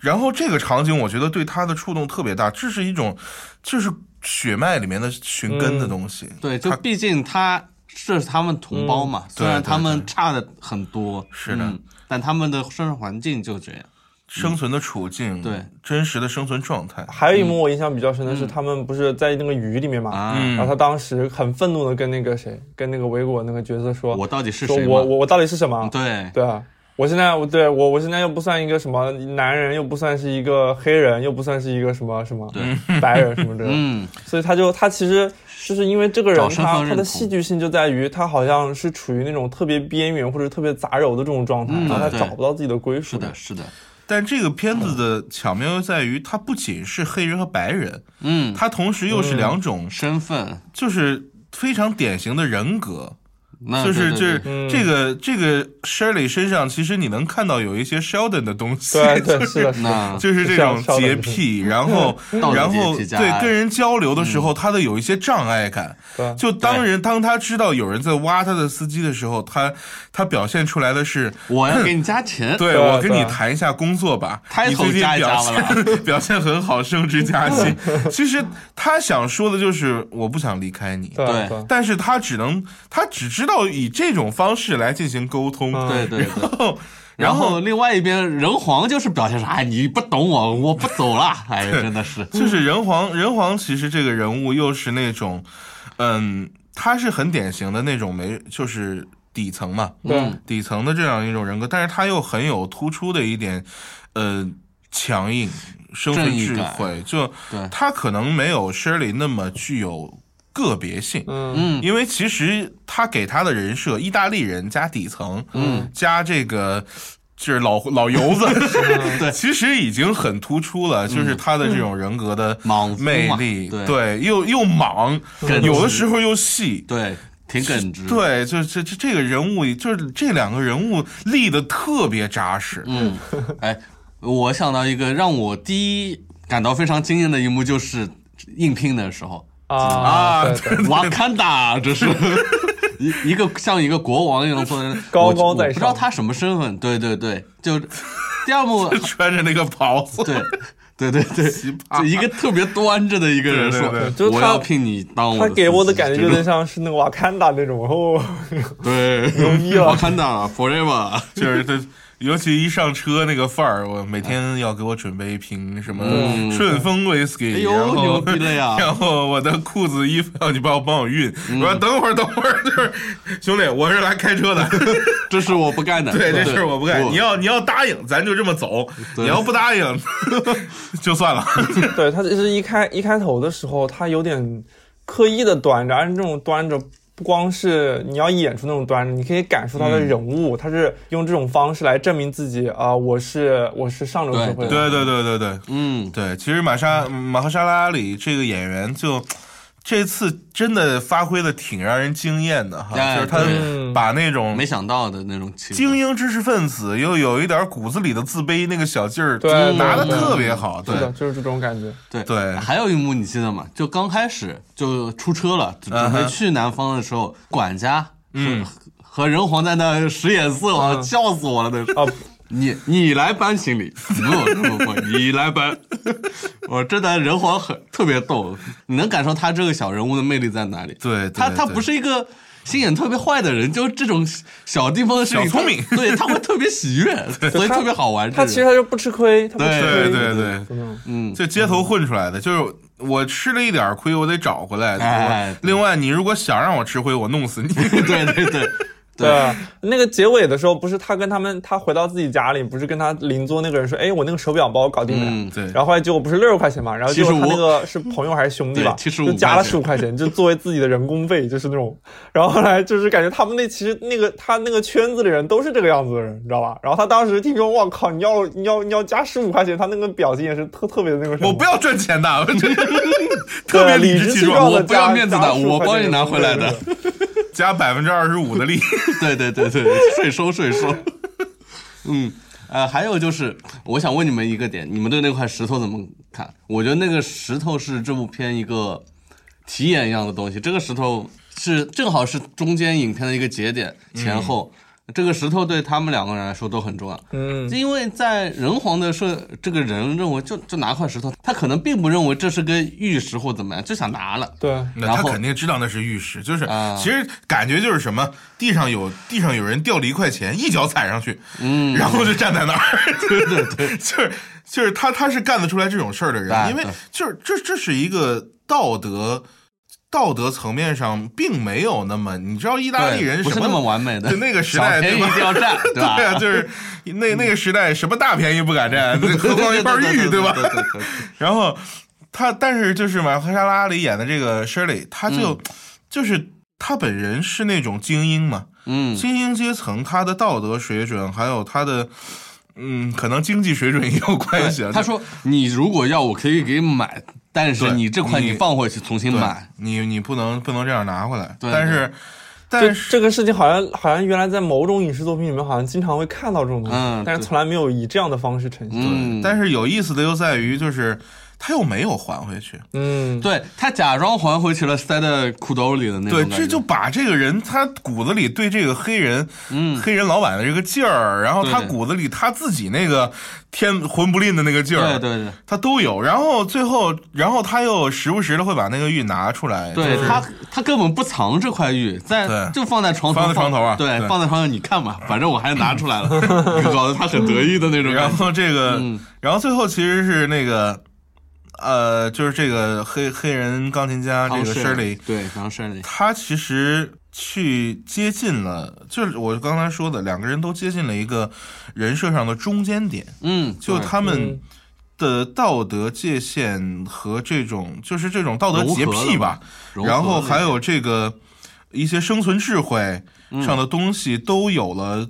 Speaker 2: 然后这个场景，我觉得对他的触动特别大，这是一种，就是血脉里面的寻根的东西。
Speaker 1: 对，就
Speaker 2: 他嗯
Speaker 1: 毕竟他是他们同胞嘛，虽然
Speaker 2: 对对
Speaker 1: 他们差的很多，
Speaker 2: 是的
Speaker 1: 嗯但他们的生活环境就这样。
Speaker 2: 生存的处境，
Speaker 1: 对
Speaker 2: 真实的生存状态，
Speaker 3: 还有一幕我印象比较深的是，他们不是在那个雨里面嘛，
Speaker 1: 嗯啊
Speaker 2: 嗯
Speaker 3: 然后他当时很愤怒的跟那个谁，跟那个维果那个角色说：“
Speaker 1: 我到底是
Speaker 3: 说
Speaker 1: 谁嗯
Speaker 3: 我
Speaker 1: 嘛？
Speaker 3: 我我到底是什么？
Speaker 1: 对，
Speaker 3: 对啊，我现在我对我我现在又不算一个什么男人，又不算是一个黑人，又不算是一个什么什么白人什么 的，
Speaker 1: 嗯，
Speaker 3: 所以他就他其实就是因为这个人
Speaker 1: 找身份
Speaker 3: 他
Speaker 1: 认
Speaker 3: 他
Speaker 1: 同
Speaker 3: 的戏剧性就在于他好像是处于那种特别边缘或者特别杂糅的这种状态，
Speaker 1: 嗯
Speaker 3: 然后他
Speaker 1: 对
Speaker 3: 找不到自己的归属
Speaker 1: 是
Speaker 3: 感
Speaker 1: 的，。是的，
Speaker 2: 但这个片子的巧妙又在于，它不仅是黑人和白人，
Speaker 1: 嗯，
Speaker 2: 它同时又是两种，
Speaker 1: 身份，
Speaker 2: 就是非常典型的人格。
Speaker 1: 那
Speaker 2: 就
Speaker 1: 啊对
Speaker 2: 是就
Speaker 1: 对
Speaker 2: 是
Speaker 1: 对
Speaker 3: 嗯
Speaker 2: 这个这个 Shirley 身上，其实你能看到有一些 Sheldon 的东西，
Speaker 3: 对对是的，是的。
Speaker 1: 那
Speaker 2: 就是这种洁癖，然后
Speaker 1: 啊嗯道德
Speaker 2: 然后
Speaker 1: 洁癖加
Speaker 2: 对
Speaker 1: 爱嗯
Speaker 2: 跟人交流的时候，他的有一些障碍感。
Speaker 3: 对
Speaker 2: 就当
Speaker 1: 对
Speaker 2: 人当他知道有人在挖他的司机的时候，他他表现出来的是。
Speaker 1: 我要给你加钱，
Speaker 2: 对，
Speaker 3: 对
Speaker 2: 我跟你
Speaker 3: 对
Speaker 2: 谈一下工作吧。
Speaker 1: 抬
Speaker 2: 你
Speaker 1: 头
Speaker 2: 最近
Speaker 1: 加一
Speaker 2: 表
Speaker 1: 加吧
Speaker 2: 现 表现很好，升职加薪。其实他想说的就是，我不想离开你。
Speaker 1: 对
Speaker 3: 对
Speaker 2: 但是他只能，他只知道以这种方式来进行沟通。
Speaker 3: 嗯
Speaker 1: 对对对。
Speaker 2: 然后，
Speaker 1: 然
Speaker 2: 然后
Speaker 1: 后另外一边，人皇就是表现出哎，你不懂我，我不走了，哎，真的 是，
Speaker 2: 就是人皇，人皇其实这个人物又是那种，嗯，他是很典型的那种没，就是底层嘛，
Speaker 1: 嗯
Speaker 3: 对
Speaker 2: 底层的这样一种人格，但是他又很有突出的一点，呃，强硬、生
Speaker 1: 正
Speaker 2: 存
Speaker 1: 义
Speaker 2: 智
Speaker 1: 感
Speaker 2: 慧，就
Speaker 1: 对
Speaker 2: 他可能没有 Shirley 那么具有个别性，
Speaker 3: 嗯
Speaker 2: 因为其实他给他的人设，意大利人加底层，嗯，加这个就是老老油子，
Speaker 1: 对嗯
Speaker 2: 其实已经很突出了，就是他的这种人格的
Speaker 1: 莽夫嘛
Speaker 2: 魅力，
Speaker 1: 对
Speaker 2: 对，又又莽，
Speaker 1: 耿直
Speaker 2: 有的时候又细。
Speaker 1: 对，挺耿直，
Speaker 2: 对，就这这这个人物，就是这两个人物立的特别扎实。
Speaker 1: 嗯，哎，我想到一个让我第一感到非常惊艳的一幕，就是应聘的时 候，
Speaker 3: 啊对对
Speaker 1: 瓦坎达，这是一一个像一个国王一样坐在那，
Speaker 3: 高
Speaker 1: 我
Speaker 3: 高在
Speaker 1: 我
Speaker 3: 上
Speaker 1: 不知道他什么身份。对对对，就第二幕，
Speaker 2: 穿着那个袍子，
Speaker 1: 对。对对对，就一个特别端着的一个人说
Speaker 2: 对对：“
Speaker 3: 对就是
Speaker 1: 我
Speaker 3: 他
Speaker 1: 要聘你当我
Speaker 3: 他给我的感觉有
Speaker 1: 就
Speaker 3: 点像是那个瓦坎达那种，哦，
Speaker 1: 对，
Speaker 3: 牛逼啊了
Speaker 1: 瓦坎达 forever，
Speaker 2: 就是这，尤其一上车那个范儿，我每天要给我准备一瓶什么
Speaker 3: 嗯
Speaker 2: 顺丰 whisky，、
Speaker 1: 嗯哎呦
Speaker 2: 然后
Speaker 1: 牛逼了呀嗯
Speaker 2: 然后我的裤子、衣服要你帮我帮我运。我说等会儿，等会儿，就是兄弟，我是来开 车的，
Speaker 1: 这是我不干的。
Speaker 2: 对这事儿我不干。你要你要答应，咱就这么走；
Speaker 1: 对
Speaker 2: 你要不答应， 就算了。
Speaker 3: 对他其实一开一开头的时候，他有点刻意的端着，而且这种端着不光是你要演出那种端着，你可以感受他的
Speaker 2: 嗯
Speaker 3: 人物，他是用这种方式来证明自己啊、我是我是上流社会的，
Speaker 2: 对对对对对
Speaker 1: 嗯，
Speaker 2: 对，其实玛莎马赫沙拉里这个演员就。这次真的发挥的挺让人惊艳的哈，
Speaker 1: 哎
Speaker 2: 就是他
Speaker 1: 对
Speaker 2: 把那种
Speaker 1: 没想到的那种气氛
Speaker 2: 精英知识分子又有一点骨子里的自卑那个小劲儿，
Speaker 3: 对
Speaker 2: 拿的
Speaker 3: 对
Speaker 2: 特别好，对
Speaker 3: 是的，就是这种感觉。
Speaker 1: 对
Speaker 2: 对
Speaker 1: 还有一幕你记得吗？就刚开始就出车了，准
Speaker 2: 嗯
Speaker 1: 备去南方的时候，管家嗯和仁皇在那使眼色，我
Speaker 2: 嗯
Speaker 1: 笑死我了！那
Speaker 3: 哦，
Speaker 1: 你你来搬行李，不不不，你来 搬。我真的仁皇很特别逗，你能感受他这个小人物的魅力在哪里？
Speaker 2: 对对
Speaker 1: 他他
Speaker 2: 对
Speaker 1: 不是一个。心眼特别坏的人，就这种小地方的事情，
Speaker 2: 小聪明
Speaker 1: 他对他会特别喜 悦，所以特别好玩。
Speaker 3: 他
Speaker 1: 这
Speaker 3: 其
Speaker 1: 个
Speaker 3: 实他就不吃亏，他不吃
Speaker 2: 对
Speaker 3: 亏。
Speaker 2: 对对，
Speaker 3: 嗯，
Speaker 1: 嗯，
Speaker 2: 就街头混出来的，就是我吃了一点亏，我得找回来。
Speaker 1: 哎
Speaker 2: 我另外，你如果想让我吃亏，我弄 死你。
Speaker 1: 对对对
Speaker 3: 对，那个结尾的时候，不是他跟他们，他回到自己家里，不是跟他邻座那个人说，哎，我那个手表帮我搞定了。
Speaker 1: 嗯
Speaker 2: 对，
Speaker 3: 然后后来结果不是六十块钱嘛，然后结果他
Speaker 1: 75
Speaker 3: 那个是朋友还是兄弟吧，
Speaker 1: 对75
Speaker 3: 就加了十五块钱，就作为自己的人工费，就是那种。然后后来就是感觉他们那其实那个他那个圈子里人都是这个样子的人，你知道吧？然后他当时听说，我靠，你要 你要你要加十五块钱，他那个表情也是特特别的那个什么。
Speaker 2: 我不要赚钱的，我这特
Speaker 1: 啊
Speaker 2: 别理
Speaker 3: 理
Speaker 2: 直
Speaker 3: 直
Speaker 2: 气
Speaker 3: 气
Speaker 2: 壮，
Speaker 3: 壮
Speaker 1: 我
Speaker 3: 的
Speaker 1: 不要面子的我帮你拿回来的。
Speaker 3: 加15块钱对对对
Speaker 2: 加百分之二十五的利。
Speaker 1: 对对对对，税收税收。嗯，呃，还有就是，我想问你们一个点，你们对那块石头怎么看？我觉得那个石头是这部片一个题眼一样的东西，这个石头是正好是中间影片的一个节点前后。这个石头对他们两个人来说都很重要，
Speaker 3: 嗯，
Speaker 1: 因为在人皇的设这个人认为就就拿块石头，他可能并不认为这是个玉石或怎么样，就想拿了。
Speaker 3: 对。
Speaker 2: 那
Speaker 1: 然
Speaker 2: 他
Speaker 1: 后
Speaker 2: 肯定知道那是玉石，就是
Speaker 1: 啊
Speaker 2: 其实感觉就是什么，地上有地上有人掉了一块钱，一脚踩上去，嗯，然后就站在那儿， 对对对， 就是就是他他是干得出来这种事儿的人，
Speaker 1: 对
Speaker 2: 因为
Speaker 1: 对
Speaker 2: 就是这这是一个道德道德层面上并没有那么，你知道意大利
Speaker 1: 对
Speaker 2: 人
Speaker 1: 不
Speaker 2: 什
Speaker 1: 是那么
Speaker 2: 么。
Speaker 1: 完美的，
Speaker 2: 就那个时代
Speaker 1: 小便宜
Speaker 2: 对吧
Speaker 1: 一 定要占，对
Speaker 2: 对
Speaker 1: 吧？
Speaker 2: 啊，就是那那个时代，什么大便宜不敢 占，何况一瓣玉，对吧？然后他，但是就是马赫沙拉里演的这个 Shirley，他就、
Speaker 1: 嗯
Speaker 2: 就是他本人是那种精英嘛，
Speaker 1: 嗯，
Speaker 2: 精英阶层，他的道德水准还有他的嗯，可能经济水准也有关系啊。
Speaker 1: 他说：“你如果要，我可以给你买，但是
Speaker 2: 对
Speaker 1: 你这块
Speaker 2: 你
Speaker 1: 你放回去重新
Speaker 2: 对
Speaker 1: 买。
Speaker 2: 你你不能不能这样拿回来，
Speaker 1: 对
Speaker 2: 但是
Speaker 3: 这
Speaker 2: 但是
Speaker 3: 这个事情好像好像原来在某种影视作品里面好像经常会看到这种东西，
Speaker 1: 嗯
Speaker 3: 但是
Speaker 1: 对
Speaker 3: 从来没有以这样的方式呈现。
Speaker 1: 嗯，
Speaker 2: 但是有意思的又在于就是他又没有还回去，
Speaker 3: 嗯，
Speaker 1: 对他假装还回去了，塞在裤兜里的那种
Speaker 2: 对，
Speaker 1: 感
Speaker 2: 这
Speaker 1: 觉
Speaker 2: 就把这个人他骨子里对这个黑人，嗯，黑人老板的这个劲儿，然后他
Speaker 1: 对对
Speaker 2: 骨子里他自己那个天魂不吝的那个劲儿，
Speaker 1: 对对对。
Speaker 2: 他都有。然后最后，然后他又时不时的会把那个玉拿出来，
Speaker 1: 对
Speaker 2: 就是
Speaker 1: 他，他根本不藏这块玉，在
Speaker 2: 对
Speaker 1: 就放在床头，
Speaker 2: 放在床头啊
Speaker 1: 对
Speaker 2: 对，
Speaker 1: 放在床头，你看吧，反正我还拿出来了，搞得他很得意的那种
Speaker 2: 然
Speaker 1: 感觉。
Speaker 2: 后这个，
Speaker 1: 嗯
Speaker 2: 然后最后其实是那个，呃，就是这个黑黑人钢琴家
Speaker 1: 哦
Speaker 2: 这个 Shirley，
Speaker 1: 对，然后 Shirley，
Speaker 2: 他其实去接近了，就是我刚才说的，两个人都接近了一个人设上的中间点。
Speaker 1: 嗯，
Speaker 2: 就
Speaker 1: 对
Speaker 2: 他们
Speaker 3: 嗯
Speaker 2: 的道德界限和这种就是这种道德洁
Speaker 1: 融合
Speaker 2: 癖
Speaker 1: 了
Speaker 2: 吧
Speaker 1: 嘛，融合
Speaker 2: 然后
Speaker 1: 了
Speaker 2: 还有这个一些生存智慧
Speaker 1: 嗯
Speaker 2: 上的东西都有了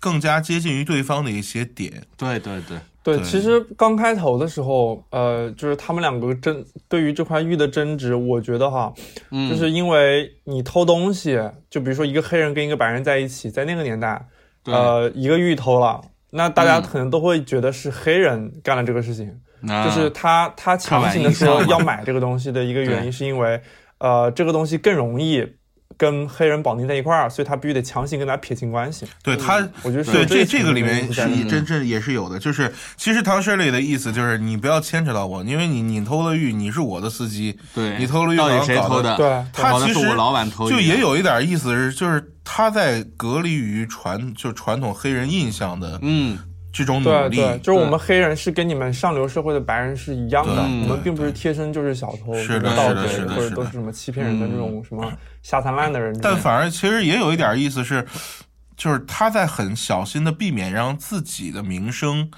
Speaker 2: 更加接近于对方的一些点。
Speaker 1: 对对对，
Speaker 3: 对，
Speaker 2: 对
Speaker 3: 其实刚开头的时候，呃，就是他们两个争对于这块玉的争执，我觉得哈，
Speaker 1: 嗯
Speaker 3: 就是因为你偷东西，就比如说一个黑人跟一个白人在一起，在那个年代，
Speaker 1: 对
Speaker 3: 呃，一个玉偷了，那大家
Speaker 1: 嗯
Speaker 3: 可能都会觉得是黑人干了这个事情，
Speaker 2: 啊
Speaker 1: 那
Speaker 3: 就是他他强行的说要买这个东西的一个原因，是因为呃这个东西更容易跟黑人绑定在一块儿，所以他必须得强行跟他撇清关系。
Speaker 2: 对他，
Speaker 1: 嗯
Speaker 3: 我觉得是
Speaker 2: 对
Speaker 3: 有
Speaker 2: 这
Speaker 3: 这
Speaker 2: 这个里面
Speaker 3: 层
Speaker 2: 是
Speaker 3: 面的东西在里面
Speaker 2: 真正也是有的，就是其实唐诗里的意思就是你不要牵扯到我，因为你你偷了玉，你是我的司机，
Speaker 1: 对，
Speaker 2: 你偷了玉
Speaker 1: 到
Speaker 2: 好
Speaker 1: 底
Speaker 2: 像
Speaker 1: 谁
Speaker 2: 搞
Speaker 1: 偷
Speaker 2: 得
Speaker 1: 的？
Speaker 3: 对
Speaker 2: 他
Speaker 1: 搞得
Speaker 2: 其
Speaker 1: 是
Speaker 2: 实
Speaker 1: 我老板偷一啊
Speaker 2: 就
Speaker 1: 样，
Speaker 2: 也有一点意思是，就是他在隔离于传就传统黑人印象的
Speaker 1: 嗯，
Speaker 2: 这种努
Speaker 3: 对
Speaker 2: 力，
Speaker 3: 对，就是我们黑人是跟你们上流社会的白人是一样的，
Speaker 2: 对
Speaker 3: 我们并不是贴身就是小偷、
Speaker 2: 嗯是的
Speaker 3: 就是盗
Speaker 2: 是的是
Speaker 3: 贼
Speaker 2: 的
Speaker 3: 或者
Speaker 2: 是的嗯
Speaker 3: 都是什么欺骗人的这种什么下三滥的人之类的。
Speaker 2: 但反而其实也有一点意思是，就是他在很小心的避免让自己的名声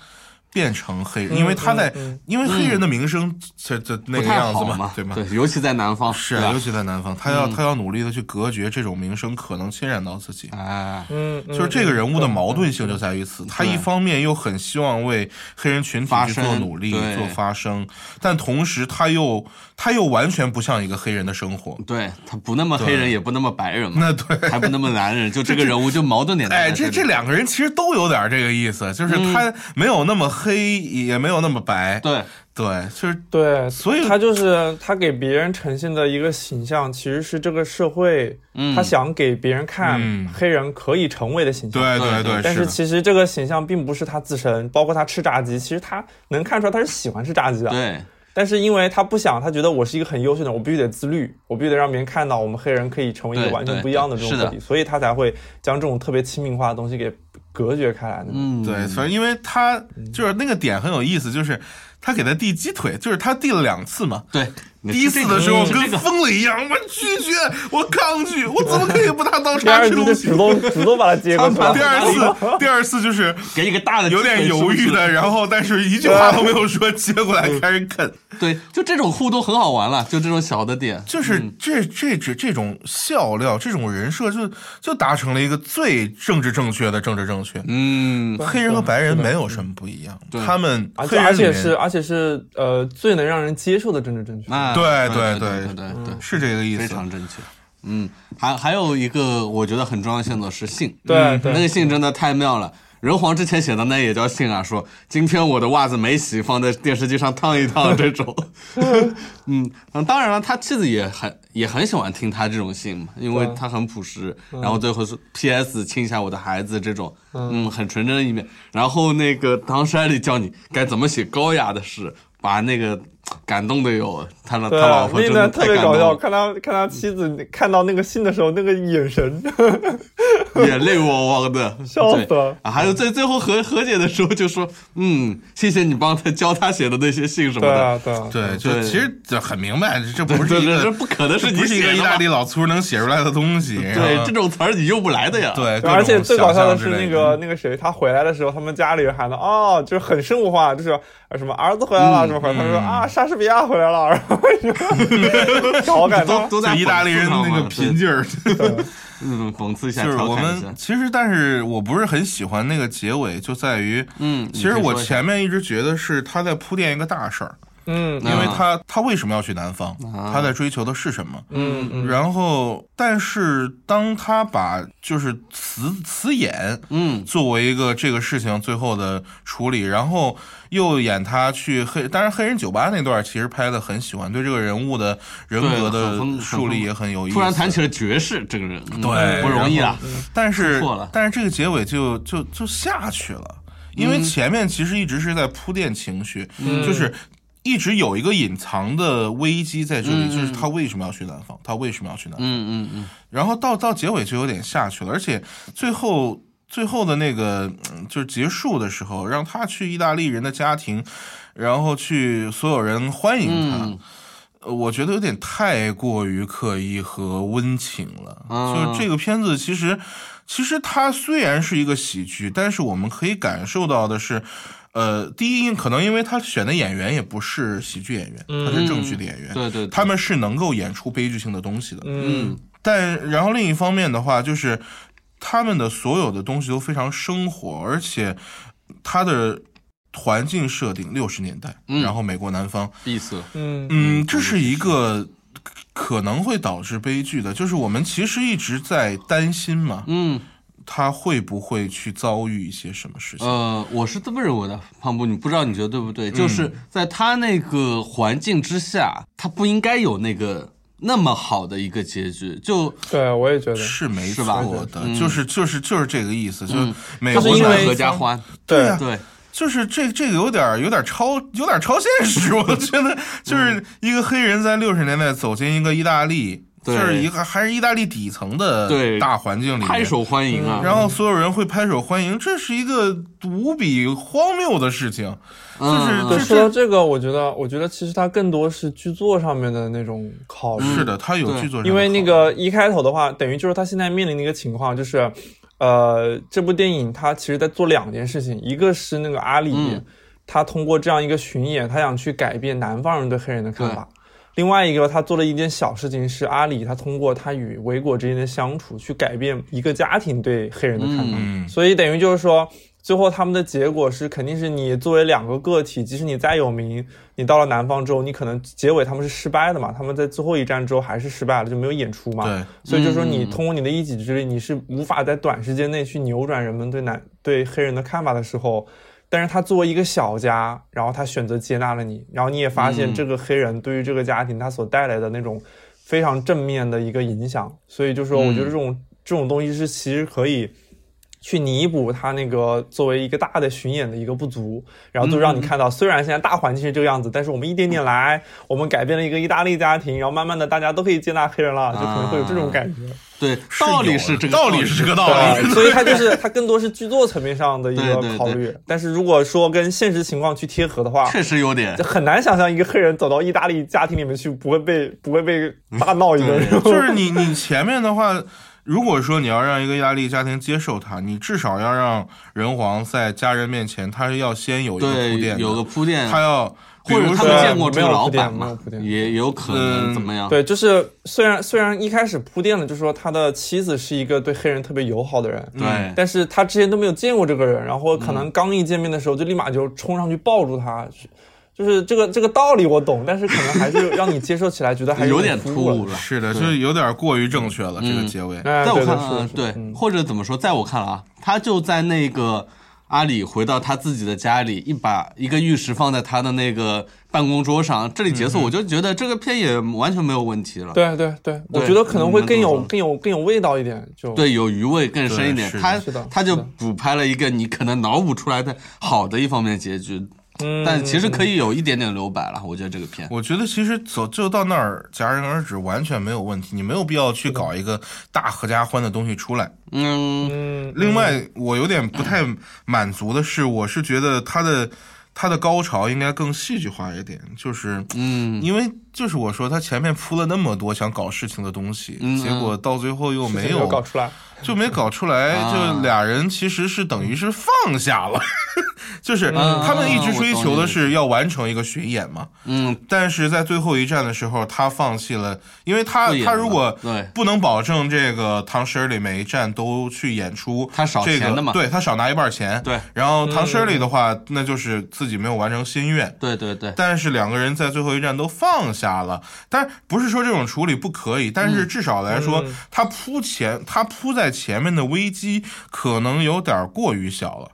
Speaker 2: 变成黑
Speaker 3: 嗯
Speaker 2: 人，因为他在，因为黑人的名声这这那
Speaker 1: 不
Speaker 2: 个
Speaker 1: 太
Speaker 2: 样子
Speaker 1: 好
Speaker 2: 嘛，对
Speaker 1: 对
Speaker 2: 吗？
Speaker 1: 尤其在南方，
Speaker 2: 是
Speaker 1: 对
Speaker 2: 啊，
Speaker 1: 吧
Speaker 2: 尤其在南方，他
Speaker 3: 嗯
Speaker 2: 要他要努力的去隔绝这种名声可能侵染到自己。
Speaker 1: 哎，
Speaker 3: 嗯，嗯
Speaker 2: 就是这个人物的矛盾性就在于此，他一方面又很希望为黑人群体
Speaker 1: 发
Speaker 2: 去
Speaker 1: 声
Speaker 2: 做努力、
Speaker 1: 对
Speaker 2: 做发声，但同时他又他又完全不像一个黑人的生活。
Speaker 1: 对他不那么黑人，也不那么白人嘛，
Speaker 2: 那对，
Speaker 1: 还不那么男人，就这个人物就矛盾点在
Speaker 2: 哎，
Speaker 1: 里。
Speaker 2: 这这两个人其实都有点这个意思，就是
Speaker 3: 嗯
Speaker 2: 他没有那么黑，也没有那么白。
Speaker 1: 对
Speaker 2: 对，就是
Speaker 3: 对，
Speaker 2: 所以
Speaker 3: 他就是他给别人呈现的一个形象，其实是这个社会、他想给别人看
Speaker 2: 嗯
Speaker 3: 黑人可以成为的形象。
Speaker 2: 对
Speaker 1: 对
Speaker 2: 对，
Speaker 3: 但
Speaker 2: 是
Speaker 3: 是
Speaker 2: 的
Speaker 3: 其实这个形象并不是他自身，包括他吃炸鸡，其实他能看出来他是喜欢吃炸鸡的。
Speaker 1: 对
Speaker 3: 但是因为他不想，他觉得我是一个很优秀的，人，我必须得自律，我必须得让别人看到我们黑人可以成为一个
Speaker 1: 对
Speaker 3: 完全
Speaker 1: 对
Speaker 3: 不一样的这种
Speaker 1: 是的
Speaker 3: 个体，所以他才会将这种特别亲民化的东西给隔绝开来呢。嗯，
Speaker 2: 对，所以因为他就是那个点很有意思，就是他给他递鸡腿，就是他递了两次嘛。
Speaker 1: 对，
Speaker 2: 第一次的时
Speaker 3: 嗯
Speaker 2: 候跟疯了一样，我拒绝，我抗拒，我怎么可以不拿刀
Speaker 3: 第
Speaker 2: 叉
Speaker 3: 二
Speaker 2: 吃
Speaker 3: 次
Speaker 2: 东
Speaker 3: 就
Speaker 2: 西
Speaker 3: 主？动主动把他接过去了
Speaker 2: 第。二次，第二次 就是
Speaker 1: 给你个大的
Speaker 2: 有点犹豫的，然后但是一句话都没有说，接过来开始啃。
Speaker 1: 对，就这种互动很好玩了，就这种小的点，
Speaker 2: 就是这这这这种笑料，这种人设就就达成了一个最政治正确的政治正确。
Speaker 1: 嗯，
Speaker 2: 黑人和白人没有什么不一样，
Speaker 1: 对
Speaker 2: 他们
Speaker 3: 而
Speaker 2: 黑
Speaker 3: 且
Speaker 2: 人
Speaker 3: 而
Speaker 2: 里面
Speaker 3: 且是而且是呃最能让人接受的政治正确。
Speaker 1: 那
Speaker 2: 对
Speaker 1: 对
Speaker 2: 对嗯
Speaker 1: 对
Speaker 2: 对
Speaker 1: 对对，
Speaker 2: 是这个意
Speaker 1: 非
Speaker 2: 思。
Speaker 1: 常正确。嗯，还还有一个我觉得很重要的线索是信，嗯
Speaker 3: 对对
Speaker 1: 那个信真的太妙了。人皇之前写的那也叫信啊，说今天我的袜子没洗，放在电视机上烫一烫这 种。嗯嗯，当然了，他妻子也很也很喜欢听他这种信嘛，因为他很朴实，
Speaker 3: 嗯
Speaker 1: 然后最后是 P.S. 亲一下我的孩子这种，嗯，很纯真的一面。然后那个唐山里教你该怎么写高雅的诗，把那个感动的有他的
Speaker 3: 对
Speaker 1: 他老，婆
Speaker 3: 那
Speaker 1: 真
Speaker 3: 个
Speaker 1: 的
Speaker 3: 特
Speaker 1: 太
Speaker 3: 别
Speaker 1: 感动
Speaker 3: 搞笑，
Speaker 1: 了。
Speaker 3: 看他看他妻子看到那个信的时候，那个眼神，
Speaker 1: 眼泪汪汪的，
Speaker 3: 笑死了嗯
Speaker 1: 对啊！还有在最后和和解的时候就说，嗯，谢谢你帮他教他写的那些信什么
Speaker 3: 对
Speaker 1: 的，
Speaker 3: 啊对啊，
Speaker 2: 对，就
Speaker 1: 对
Speaker 2: 其实这很明白，这这不是
Speaker 1: 这
Speaker 2: 一
Speaker 1: 这这
Speaker 2: 个
Speaker 1: 不可能是
Speaker 2: 不
Speaker 1: 你
Speaker 2: 是
Speaker 1: 写
Speaker 2: 一个
Speaker 1: 的
Speaker 2: 意大
Speaker 1: 吧？
Speaker 2: 利老粗能写出来的东西。然
Speaker 1: 对，
Speaker 2: 后
Speaker 1: 这种词儿你用不来的呀。
Speaker 2: 对，各
Speaker 3: 而且
Speaker 2: 种
Speaker 3: 最搞
Speaker 2: 想
Speaker 3: 笑
Speaker 2: 象
Speaker 3: 的
Speaker 2: 之
Speaker 3: 是
Speaker 2: 类的
Speaker 3: 那个那个谁，他回来的时候，他们家里人喊的哦，就是很生活化，就是呃什么儿子回来了，什么回来，他说啊莎士比亚回来了， 然后就 好感
Speaker 1: 都
Speaker 3: 动。
Speaker 1: 都在
Speaker 2: 就意大利人那个
Speaker 1: 贫
Speaker 2: 拼，劲儿，
Speaker 1: 嗯，讽刺一下，
Speaker 2: 就是
Speaker 1: 调
Speaker 2: 我
Speaker 1: 侃一下
Speaker 2: 们，其实，但是我不是很喜欢那个结尾，就在于，
Speaker 1: 嗯，
Speaker 2: 其实
Speaker 1: 你先
Speaker 2: 我
Speaker 1: 说一下
Speaker 2: 前面一直觉得是他在铺垫一个大事儿，
Speaker 3: 嗯
Speaker 1: 啊
Speaker 2: 因为他他为什么要去南方，他在追求的是什么？
Speaker 3: 嗯嗯，
Speaker 2: 然后，但是当他把就是词词眼，
Speaker 1: 嗯，
Speaker 2: 作为一个这个事情最后的处理，然后又演他去黑，当然黑人酒吧那段其实拍的很喜欢，对这个人物的人格
Speaker 1: 对很丰
Speaker 2: 的树立也很有意思。
Speaker 1: 突然谈起了爵士这个人，嗯
Speaker 2: 对
Speaker 1: 不容易啊。
Speaker 2: 但是
Speaker 1: 错了
Speaker 2: 但是这个结尾就就就下去了，因为前面其实一直是在铺垫情绪，就是。一直有一个隐藏的危机在这里，就是他为什么要去南方，他为什么要去南方？
Speaker 1: 嗯嗯嗯，
Speaker 2: 然后到到结尾就有点下去了，而且最后最后的那个嗯就是结束的时候，让他去意大利人的家庭，然后去所有人欢迎他。呃我觉得有点太过于刻意和温情了。
Speaker 1: 啊
Speaker 2: 就是这个片子，其实其实它虽然是一个喜剧，但是我们可以感受到的是，呃，第一可能因为他选的演员也不是喜剧演员，他是正剧的演员，
Speaker 1: 对对对
Speaker 2: 他们是能够演出悲剧性的东西的。
Speaker 3: 嗯
Speaker 2: 但然后另一方面的话，就是他们的所有的东西都非常生活，而且它的环境设定六十年代，
Speaker 1: 嗯
Speaker 2: 然后美国南方，
Speaker 1: 闭塞，
Speaker 3: 嗯
Speaker 2: 嗯，这是一个可能会导致悲剧的，就是我们其实一直在担心嘛，
Speaker 1: 嗯
Speaker 2: 他会不会去遭遇一些什么事情？
Speaker 1: 呃，我是这么认为的，胖布，你不知道你觉得对不
Speaker 2: 嗯
Speaker 1: 对？就是在他那个环境之下，他不应该有那个那么好的一个结局，就
Speaker 3: 对，我也觉得，
Speaker 2: 是没
Speaker 1: 是吧嗯
Speaker 2: 错的，就是就是就是这个意思，就是美
Speaker 1: 就
Speaker 2: 国
Speaker 1: 是因
Speaker 2: 南
Speaker 1: 为合
Speaker 2: 方
Speaker 1: 家欢，
Speaker 2: 对啊
Speaker 1: 对，
Speaker 2: 就是这这个有点儿有点儿超有点儿超现实，我 觉得
Speaker 1: 嗯
Speaker 2: 就是一个黑人在六十年代走进一个意大利，
Speaker 1: 对
Speaker 2: 就是一个还是意大利底层的
Speaker 1: 对
Speaker 2: 大环境里面
Speaker 1: 拍手欢迎啊，
Speaker 2: 嗯然后所有人会拍手欢迎，这是一个无比荒谬的事情，就
Speaker 1: 嗯
Speaker 2: 是就
Speaker 3: 对，
Speaker 2: 是
Speaker 3: 说到这个，我觉得，我觉得其实它更多是剧作上面的那种考虑。
Speaker 2: 是的，他有
Speaker 1: 嗯对
Speaker 2: 剧作上的
Speaker 3: 因为
Speaker 2: 考
Speaker 3: 那
Speaker 2: 虑
Speaker 3: 个一开头的话，等于就是他现在面临的一个情况就是，呃，这部电影它其实在做两件事情，一个是那个阿里，
Speaker 1: 嗯
Speaker 3: 他通过这样一个巡演，他想去改变南方人对黑人的看法。另外一个，他做了一件小事情，是阿里他通过他与维果之间的相处，去改变一个家庭对黑人的看法。
Speaker 2: 嗯
Speaker 3: 所以等于就是说，最后他们的结果是，肯定是你作为两个个体，即使你再有名，你到了南方之后，你可能结尾他们是失败的嘛，他们在最后一站之后还是失败了，就没有演出嘛。
Speaker 2: 对，
Speaker 3: 所以就是说，你通过你的一己之力，你是无法在短时间内去扭转人们对南对黑人的看法的时候，但是他作为一个小家，然后他选择接纳了你，然后你也发现这个黑人对于这个家庭他所带来的那种非常正面的一个影响，所以就是说，我觉得这种、这种东西是其实可以。去弥补他那个作为一个大的巡演的一个不足，然后就
Speaker 1: 嗯
Speaker 3: 让你看到，虽然现在大环境是这个样子，但是我们一点点来，我们改变了一个意大利家庭，然后慢慢的大家都可以接纳黑人了，就可能会有
Speaker 1: 啊
Speaker 3: 这种感觉。
Speaker 1: 对，道理
Speaker 2: 是
Speaker 1: 是
Speaker 2: 有
Speaker 1: 这个
Speaker 2: 道理是这个道理。
Speaker 3: 对，所以它就是它更多是剧作层面上的一个
Speaker 1: 对对对
Speaker 3: 考虑，但是如果说跟现实情况去贴合的话，
Speaker 1: 确实有点
Speaker 3: 就。很难想象一个黑人走到意大利家庭里面去不会被不会被大闹一顿。
Speaker 1: 嗯对啊
Speaker 2: 就是你你前面的话，如果说你要让一个意大利家庭接受他，你至少要让人皇在家人面前，他是要先有一个铺
Speaker 1: 对
Speaker 2: 垫，，
Speaker 1: 有个铺垫，
Speaker 2: 他要，
Speaker 1: 或者
Speaker 2: 比如
Speaker 1: 他
Speaker 2: 说
Speaker 1: 们见过这个老板
Speaker 3: 没有
Speaker 1: 嘛
Speaker 3: 铺，垫没有铺
Speaker 1: 也有可能
Speaker 2: 嗯
Speaker 1: 怎么样？
Speaker 3: 对，就是虽然虽然一开始铺垫了，就是说他的妻子是一个对黑人特别友好的人，
Speaker 1: 对
Speaker 3: 但是他之前都没有见过这个人，然后可
Speaker 1: 嗯
Speaker 3: 能刚一见面的时候就立马就冲上去抱住他，是就是这个这个道理我懂，但是可能还是让你接受起来觉得还是
Speaker 1: 有点
Speaker 3: 突
Speaker 1: 突兀
Speaker 3: 了。
Speaker 1: 了。
Speaker 2: 是的，就是有点过于正确了，这个结尾。
Speaker 3: 哎
Speaker 1: 在我
Speaker 3: 对
Speaker 1: 看，
Speaker 3: 对
Speaker 1: 嗯
Speaker 3: 是是
Speaker 1: 对
Speaker 3: 嗯，
Speaker 1: 或者怎么说，在我看来啊，他就在那个阿里回到他自己的家里，一把一个玉石放在他的那个办公桌上，这里结束，我就觉得这个片也完全没有问题了。
Speaker 3: 嗯对对对，我
Speaker 1: 对
Speaker 3: 觉得可能会更有
Speaker 1: 嗯
Speaker 3: 更有更有味道一点，就
Speaker 1: 对，有余味更深一点
Speaker 2: 对。
Speaker 1: 他
Speaker 3: 是的
Speaker 1: 他就是
Speaker 3: 的
Speaker 1: 补拍了一个你可能脑补出来的好的一方面的结局，
Speaker 3: 嗯
Speaker 1: 但其实可以有一点点留白了。我觉得这个片，
Speaker 2: 我觉得其实走就到那儿戛然而止，完全没有问题。你没有必要去搞一个大合家欢的东西出来。
Speaker 1: 嗯，
Speaker 3: 嗯，
Speaker 2: 另外，我有点不太满足的是，我是觉得它的它的高潮应该更戏剧化一点，就是
Speaker 1: 嗯，
Speaker 2: 因为就是我说他前面铺了那么多想搞事情的东西，
Speaker 1: 嗯
Speaker 2: 结果到最后又
Speaker 3: 事情
Speaker 2: 没
Speaker 3: 没
Speaker 2: 有
Speaker 3: 搞 出来，
Speaker 2: 就没搞出来，
Speaker 1: 啊
Speaker 2: 就俩人其实是等于是放下了， 就是
Speaker 1: 嗯
Speaker 2: 他们一直追求的
Speaker 1: 我懂
Speaker 2: 是要完成一个巡演嘛，
Speaker 1: 嗯，
Speaker 2: 但是在最后一站的时候，他放弃了，因为他
Speaker 1: 不演
Speaker 2: 他
Speaker 1: 了
Speaker 2: 如果
Speaker 1: 对
Speaker 2: 不能保证这个唐诗里每一站都去演出，
Speaker 1: 他少
Speaker 2: 这
Speaker 1: 钱
Speaker 2: 个
Speaker 1: 的嘛
Speaker 2: 对他少拿一半钱，
Speaker 1: 对嗯
Speaker 2: 然后唐诗里的话，那就是自己没有完成心愿，
Speaker 1: 对对对，
Speaker 2: 但是两个人在最后一站都放下了，但不是说这种处理不可以，但
Speaker 3: 嗯
Speaker 2: 是至少来说，他铺前他铺在前面的危机可能有点过于小了。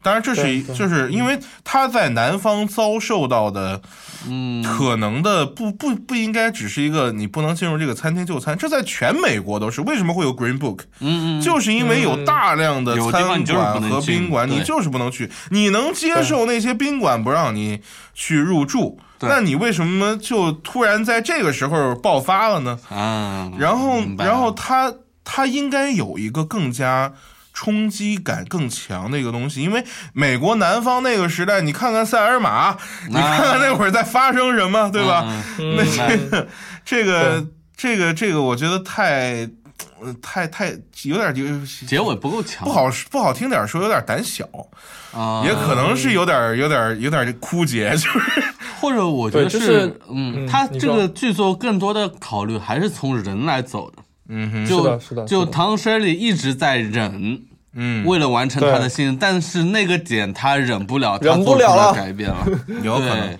Speaker 2: 当然，这是一
Speaker 3: 对对
Speaker 2: 就是因为他在南方遭受到的，嗯，可能的不不不应该只是一个你不能进入这个餐厅就餐，这在全美国都是。为什么会有 Green Book？嗯嗯，就是因为有大量的
Speaker 1: 有地方
Speaker 2: 餐
Speaker 1: 你就是不
Speaker 2: 馆
Speaker 1: 能
Speaker 2: 和
Speaker 1: 进
Speaker 2: 宾馆，你
Speaker 1: 对
Speaker 2: 就是不能去。你能接受那些宾馆不让你去入住，
Speaker 1: 对
Speaker 2: 那你为什么就突然在这个时候爆发了呢？
Speaker 1: 啊，
Speaker 2: 然后
Speaker 1: 明，白了
Speaker 2: 然后他他应该有一个更加冲击感更强的一个东西，因为美国南方那个时代，你看看塞尔玛，你看看那会儿在发生什么，对吧？
Speaker 1: 啊嗯
Speaker 2: 那
Speaker 1: 明
Speaker 3: 哎
Speaker 1: 白
Speaker 2: 这个这个这个这个，我觉得太呃太太有点有
Speaker 1: 结尾不够强，
Speaker 2: 不好不好听点说，有点胆小，
Speaker 1: 啊，
Speaker 2: 也可能是有点有点有点枯竭， 就是
Speaker 1: 或者我觉得
Speaker 3: 对就是
Speaker 1: 嗯，
Speaker 3: 嗯
Speaker 1: 他
Speaker 3: 你
Speaker 1: 这
Speaker 3: 说
Speaker 1: 个剧作更多的考虑还是从人来走的，
Speaker 2: 嗯哼，
Speaker 1: 就是
Speaker 3: 的是的
Speaker 1: 就是
Speaker 3: 的
Speaker 1: 唐 Shirley 一直在忍，
Speaker 2: 嗯，
Speaker 1: 为了完成他的
Speaker 3: 对
Speaker 1: 心，但是那个点他忍不了，
Speaker 3: 忍
Speaker 1: 他
Speaker 3: 不
Speaker 1: 做出
Speaker 3: 了了
Speaker 1: 改 变了，
Speaker 2: 有可能
Speaker 1: 对。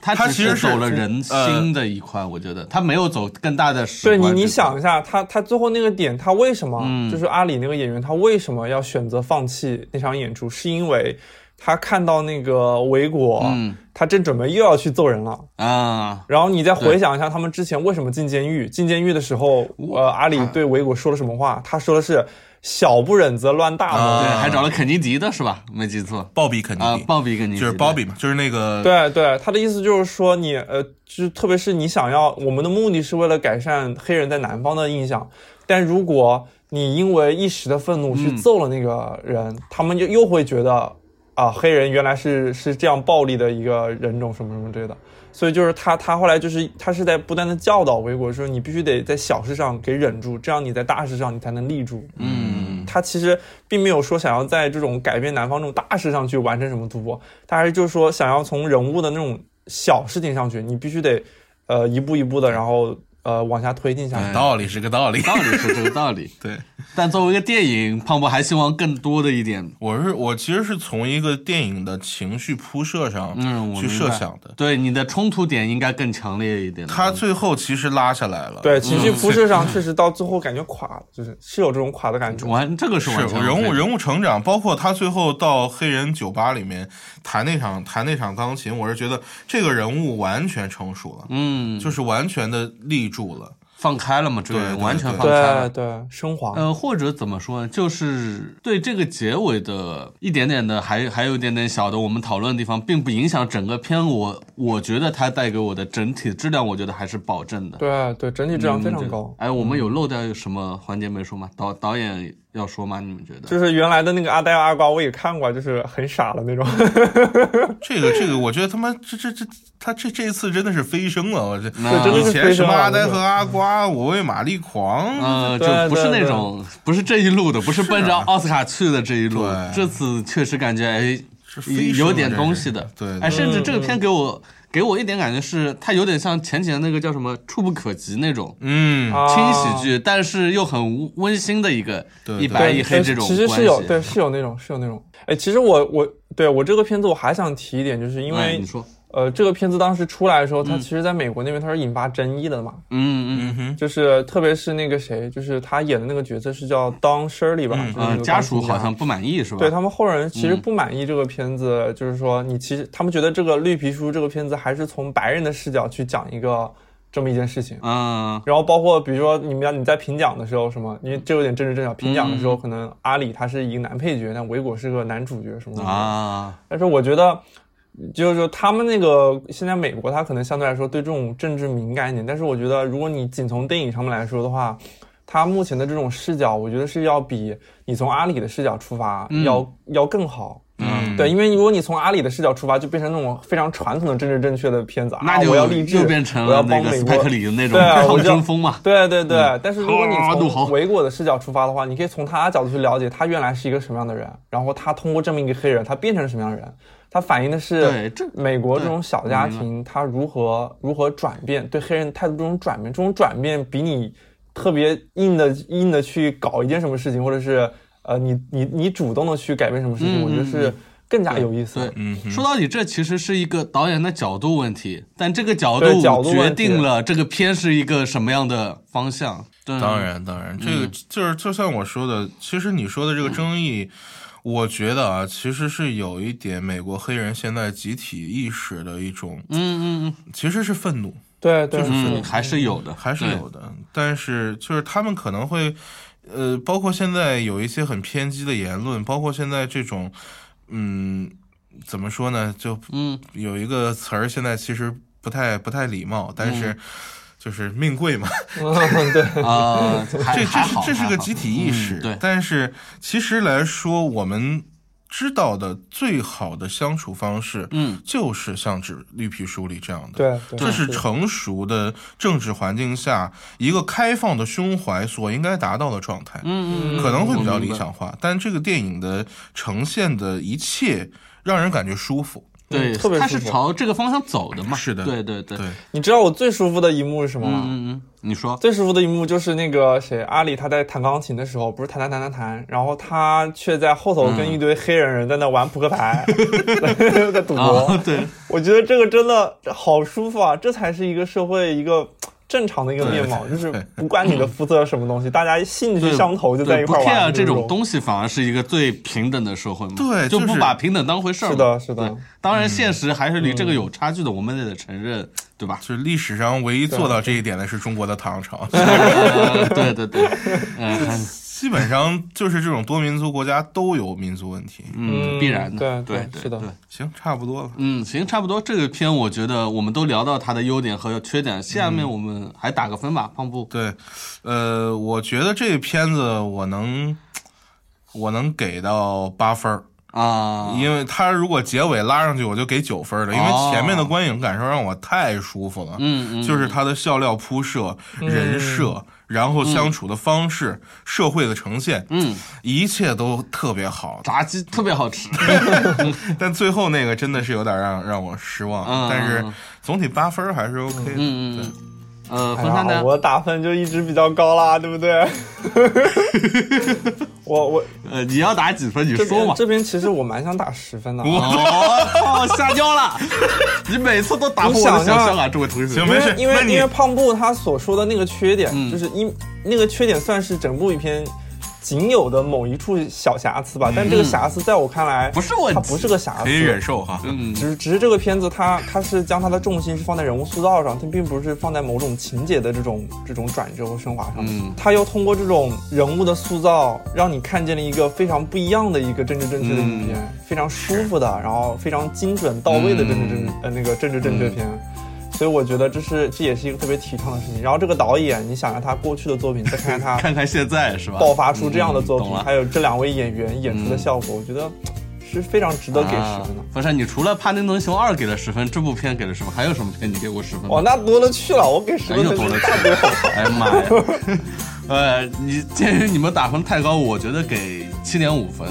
Speaker 1: 他
Speaker 2: 他
Speaker 1: 只
Speaker 2: 其实是
Speaker 1: 走了人
Speaker 2: 呃
Speaker 1: 心的一块，我觉得他没有走更大的世
Speaker 3: 对
Speaker 1: 界
Speaker 3: 你
Speaker 1: 观。
Speaker 3: 你
Speaker 1: 这种嗯
Speaker 3: 想一下，他他最后那个点，他为什么、就是阿里那个演员，他为什么要选择放弃那场演出？是因为他看到那个维果，
Speaker 1: 嗯
Speaker 3: 他正准备又要去揍人了。
Speaker 1: 啊，
Speaker 3: 然后你再回想一下他们之前为什么进监狱？进监狱的时候，呃，阿里对维果说了什么话？他说的是“小不忍则乱大谋”
Speaker 2: 啊
Speaker 1: 对，还找了肯尼迪的是吧？没记错
Speaker 2: 鲍比肯
Speaker 3: 嗯
Speaker 2: 尼
Speaker 1: 啊，
Speaker 2: 迪，
Speaker 1: 鲍比肯尼迪
Speaker 2: 就是鲍比嘛，就是那个
Speaker 3: 对对，他的意思就是说你呃，就是特别是你想要，我们的目的是为了改善黑人在南方的印象，但如果你因为一时的愤怒去揍了那个人，他们就又会觉得啊、黑人原来是是这样暴力的一个人种什么什么之类的。所以就是他，他后来就是他是在不断的教导维国说，你必须得在小事上给忍住，这样你在大事上你才能立住。嗯，他其实并没有说想要在这种改变南方这种大事上去完成什么突破，他还是就是说想要从人物的那种小事情上去，你必须得呃一步一步的，然后呃往下推进下去。
Speaker 2: 哎道理是个道理。
Speaker 1: 道理是这个道理，
Speaker 2: 对，
Speaker 1: 但作为一个电影，胖博还希望更多的一点。
Speaker 2: 我是我其实是从一个电影的情绪铺设上
Speaker 1: 嗯，我
Speaker 2: 去
Speaker 1: 明
Speaker 2: 设
Speaker 1: 白
Speaker 2: 想的。
Speaker 1: 对你的冲突点应该更强烈一点。
Speaker 2: 他最后其实拉下来了，
Speaker 3: 对，
Speaker 1: 嗯
Speaker 3: 情绪铺设上确实到最后感觉垮了，就是是有这种垮的感觉。
Speaker 1: 完这个是
Speaker 2: 是
Speaker 1: 完全
Speaker 2: 人物
Speaker 1: OK
Speaker 2: 人物成长，包括他最后到黑人酒吧里面弹那场弹那场钢琴，我是觉得这个人物完全成熟了，
Speaker 1: 嗯，
Speaker 2: 就是完全的立住了。
Speaker 1: 放开了嘛，这个
Speaker 2: 对
Speaker 1: 人
Speaker 2: 对
Speaker 1: 完全放开了
Speaker 3: 对。对，升华。
Speaker 1: 呃，或者怎么说呢？就是对这个结尾的一点点的，还还有一点点小的我们讨论的地方，并不影响整个片我。我觉得它带给我的整体质量，我觉得还是保证的。
Speaker 3: 对对，整体质量非
Speaker 1: 嗯
Speaker 3: 常
Speaker 1: 这
Speaker 3: 高。
Speaker 1: 哎，我们有漏掉什么环节没说吗？导导演要说吗？你们觉得？
Speaker 3: 就是原来的那个阿呆阿瓜，我也看过，就是很傻的那种。
Speaker 1: 嗯
Speaker 2: 这个这个，我觉得他妈这这这他这这一次真的是飞升了，我这
Speaker 1: 那真的
Speaker 2: 以
Speaker 3: 是
Speaker 2: 前
Speaker 3: 飞
Speaker 2: 什
Speaker 3: 升
Speaker 2: 么
Speaker 3: 了
Speaker 2: 阿呆
Speaker 3: 真的
Speaker 2: 和阿瓜，我为玛丽狂，
Speaker 1: 呃，就
Speaker 3: 对
Speaker 1: 不是那种，不是这一路的，不是奔着奥斯卡去的这一路。
Speaker 2: 对
Speaker 1: 这次确实感觉哎，
Speaker 2: 是飞升
Speaker 1: 有
Speaker 2: 了
Speaker 1: 点
Speaker 2: 这
Speaker 1: 东
Speaker 2: 是
Speaker 1: 西的。
Speaker 2: 对，
Speaker 1: 哎，
Speaker 2: 对
Speaker 1: 甚至
Speaker 3: 嗯
Speaker 1: 这个片给我给我一点感觉是，它有点像前几年那个叫什么《触不可及》那种
Speaker 2: 嗯，
Speaker 3: 啊
Speaker 1: 轻喜剧，但是又很温馨的一个
Speaker 2: 对
Speaker 1: 一
Speaker 2: 对
Speaker 1: 白一
Speaker 3: 对
Speaker 1: 黑
Speaker 3: 呃
Speaker 1: 这种
Speaker 3: 其
Speaker 1: 关系。
Speaker 3: 实是有，对，是有那种，是有那种。哎，其实我我对我这个片子我还想提一点，就是因
Speaker 1: 哎
Speaker 3: 为
Speaker 1: 你说，嗯
Speaker 3: 呃，这个片子当时出来的时候，它其实在美国那边它是引发争议的嘛，
Speaker 1: 嗯嗯
Speaker 2: 嗯哼，
Speaker 3: 就是特别是那个谁，就是他演的那个角色是叫 Don Shirley 吧，
Speaker 2: 嗯
Speaker 3: 就是那
Speaker 1: 呃，
Speaker 3: 个
Speaker 1: 家
Speaker 3: 钢琴
Speaker 1: 属好像嗯不满意是吧？
Speaker 3: 对他们后人其实不满意这个片子，就是说你其实他们觉得这个绿皮书这个片子还是从白人的视角去讲一个这么一件事情。
Speaker 1: 嗯，
Speaker 3: 然后包括比如说你们家你在评奖的时候什么，因为这有点政治正确，评奖的
Speaker 1: 嗯
Speaker 3: 时候可能阿里他是一个男配角，但维果是个男主角什么
Speaker 1: 嗯
Speaker 3: 的。
Speaker 1: 啊，
Speaker 3: 但是我觉得，就是说他们那个现在美国，他可能相对来说对这种政治敏感一点。但是我觉得，如果你仅从电影上面来说的话，他目前的这种视角，我觉得是要比你从阿里的视角出发
Speaker 1: 嗯
Speaker 3: 要、要更好。
Speaker 2: 嗯
Speaker 3: 对，因为如果你从阿里的视角出发，就变成那种非常传统的政治正确的片子啊，
Speaker 1: 那就
Speaker 3: 我要励志，
Speaker 1: 又变成
Speaker 3: 我
Speaker 1: 了
Speaker 3: 要
Speaker 1: 那
Speaker 3: 帮
Speaker 1: 个
Speaker 3: 美
Speaker 1: 斯
Speaker 3: 国
Speaker 1: 派克里的那种
Speaker 3: 对啊
Speaker 1: 抗
Speaker 3: 我就
Speaker 1: 争风嘛。
Speaker 3: 对对对，
Speaker 1: 嗯
Speaker 3: 但是如果你
Speaker 1: 哈怒吼
Speaker 3: 从维果的视角出发的话，你可以从他的角度去了解他原来是一个什么样的人，然后他通过这么一个黑人，他变成什么样的人，他反映的
Speaker 1: 对
Speaker 3: 是嗯
Speaker 1: 这嗯
Speaker 3: 美国这种小家庭他如何如何转变嗯对黑人态度这种转变，这种转变比你特别硬的硬的去搞一件什么事情，或者是呃你你你主动的去改变什么事情，我觉得是更加有意思的。
Speaker 1: 对，说到底，这其实是一个导演的角度问题，但这个角度
Speaker 3: 对角度
Speaker 1: 决
Speaker 3: 问题
Speaker 1: 定了这个片是一个什么样的方向。对
Speaker 2: 当，然当然，这个
Speaker 1: 嗯
Speaker 2: 就是就像我说的，其实你说的这个争议。我觉得啊，其实是有一点美国黑人现在集体意识的一种，
Speaker 1: 嗯嗯嗯，
Speaker 2: 其实是愤怒，
Speaker 3: 对 对对
Speaker 1: 嗯，还是有的，
Speaker 2: 还是
Speaker 1: 对
Speaker 2: 有的，但是就是他们可能会，呃，包括现在有一些很偏激的言论，包括现在这种，嗯，怎么说呢？就
Speaker 1: 嗯
Speaker 2: 有一个词儿，现在其实不太不太礼貌，但是
Speaker 1: 嗯
Speaker 2: 就是命贵嘛，
Speaker 3: 嗯对。
Speaker 1: 啊，这
Speaker 2: 这这是这是个集体意识。
Speaker 1: 嗯对
Speaker 2: 但是其实来说，我们知道的最好的相处方式，
Speaker 1: 嗯，
Speaker 2: 就是像《纸绿皮书》里这样的，
Speaker 3: 对对
Speaker 2: 这是
Speaker 3: 是
Speaker 2: 成熟的政治环境下一个开放的胸怀所应该达到的状态，
Speaker 1: 嗯嗯，
Speaker 2: 可能会比较理想化。但这个电影的呈现的一切让人感觉舒服，
Speaker 1: 对，
Speaker 3: 特别
Speaker 1: 它
Speaker 3: 舒
Speaker 1: 是
Speaker 3: 服
Speaker 1: 朝这个方向走的嘛？
Speaker 2: 是的
Speaker 1: 对对对
Speaker 2: 对
Speaker 3: 你知道我最舒服的一幕是什么吗？
Speaker 1: 嗯嗯，你说，
Speaker 3: 最舒服的一幕就是那个谁，阿里他在弹钢琴的时候，不是弹弹弹弹弹，然后他却在后头
Speaker 1: 嗯
Speaker 3: 跟一堆黑人人在那玩扑 克牌，在赌博。
Speaker 1: 啊，对，
Speaker 3: 我觉得这个真的好舒服啊！这才是一个社会一个正常的一个
Speaker 2: 对
Speaker 3: 面貌，就是不管你的肤色什么东西，大家兴趣
Speaker 1: 对
Speaker 3: 相投就在
Speaker 1: 对
Speaker 3: 一
Speaker 1: 不
Speaker 3: 块儿玩
Speaker 1: care
Speaker 3: 那
Speaker 1: 这种东西反而是一个最平等的社会嘛，
Speaker 2: 对
Speaker 1: 就
Speaker 2: 就
Speaker 1: 不
Speaker 2: 是
Speaker 1: 把平等当回事儿嘛。
Speaker 3: 是的是的
Speaker 1: 对当然现实还是离这个有差距的，我们也得承
Speaker 3: 嗯
Speaker 1: 认，对吧？
Speaker 2: 就是历史上唯一做到这一点的是中国的唐朝，
Speaker 1: 呃对对 对，嗯
Speaker 2: 基本上就是这种多民族国家都有民族问题。
Speaker 1: 嗯，必然的，
Speaker 3: 对
Speaker 1: 对
Speaker 3: 对是的哎
Speaker 1: 对
Speaker 2: 行，差不多了。
Speaker 1: 嗯，行，差不多。这个片我觉得我们都聊到它的优点和缺点，下
Speaker 3: 嗯
Speaker 1: 面我们还打个分吧，胖布。
Speaker 2: 对，呃，我觉得这个片子我能，我能给到八分儿。
Speaker 1: 啊，
Speaker 2: 因为他如果结尾拉上去，我就给九分了，因
Speaker 1: 哦
Speaker 2: 为前面的观影感受让我太舒服了。
Speaker 1: 嗯嗯
Speaker 2: 就是他的笑料铺设、人设，然后相处的方式、社会的呈现，
Speaker 1: 嗯，
Speaker 2: 一切都特别好。
Speaker 1: 炸鸡特别好 吃，
Speaker 2: 但最后那个真的是有点让让我失望，
Speaker 1: 嗯
Speaker 2: 但是
Speaker 1: 嗯
Speaker 2: 总体八分还是 OK 的。
Speaker 1: 嗯嗯
Speaker 2: 对
Speaker 1: 嗯呃，
Speaker 3: 哎
Speaker 1: 冯
Speaker 3: 呀
Speaker 1: 山呢？
Speaker 3: 我打分就一直比较高啦，对不对？ 我我
Speaker 1: 呃，你要打几分？你
Speaker 3: 这
Speaker 1: 说
Speaker 3: 边
Speaker 1: 嘛。
Speaker 3: 这边其实我蛮想打十分的啊，
Speaker 1: 哦，操，吓尿了！ 你每次都打破我的想象啊，这位同学
Speaker 2: 行。
Speaker 3: 因
Speaker 2: 没
Speaker 3: 为
Speaker 2: 事
Speaker 3: 因
Speaker 2: 那
Speaker 3: 为
Speaker 2: 你
Speaker 3: 因为胖布他所说的那个缺点，
Speaker 1: 嗯
Speaker 3: 就是一那个缺点算是整部影片仅有的某一处小瑕疵吧，但这个瑕疵在我看来
Speaker 1: 嗯不是问题
Speaker 3: 它不是个瑕
Speaker 2: 可以忍
Speaker 3: 疵。
Speaker 2: 受哈。
Speaker 1: 嗯
Speaker 3: 只只是这个片子它，它是将它的重心是放在人物塑造上，它并不是放在某种情节的这种这种转折和升华上。
Speaker 1: 嗯
Speaker 3: 它又通过这种人物的塑造，让你看见了一个非常不一样的一个政治正确的影片，非常舒服的，然后非常精准到位的政治正、呃那个政治正确片。所以我觉得这是这也是一个特别提倡的事情。然后这个导演，你想想他过去的作品，再看看他
Speaker 1: 看看现在是吧？
Speaker 3: 爆发出这样的作品，
Speaker 1: 嗯懂了
Speaker 3: 还有这两位演员演出的效果，我觉得是非常值得给十分的。
Speaker 1: 不啊是，你除了《帕丁顿熊二》给了十分，这部片给了十分，还有什么片你给过十分吗？
Speaker 3: 哦，那多了去了，我给十
Speaker 1: 哎
Speaker 3: 分
Speaker 1: 又
Speaker 3: 的
Speaker 1: 多了
Speaker 3: 是
Speaker 1: 去
Speaker 3: 大多好。
Speaker 1: 哎呀妈呀！ 呃，你鉴于你们打分太高，我觉得给七点五分。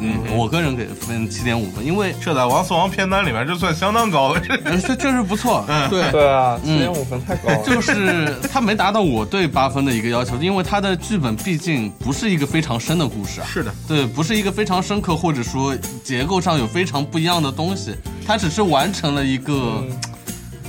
Speaker 1: 嗯，我个人给分七点五分，因为
Speaker 2: 这在王四王片单里面，这算相当高了。 这
Speaker 1: 呃确确实不错。对，
Speaker 3: 对啊，七点五分太 高了。
Speaker 1: 就是他没达到我对八分的一个要求，因为他的剧本毕竟不是一个非常深的故事啊。
Speaker 2: 是的，
Speaker 1: 对，不是一个非常深刻，或者说结构上有非常不一样的东西，它只是完成了一个，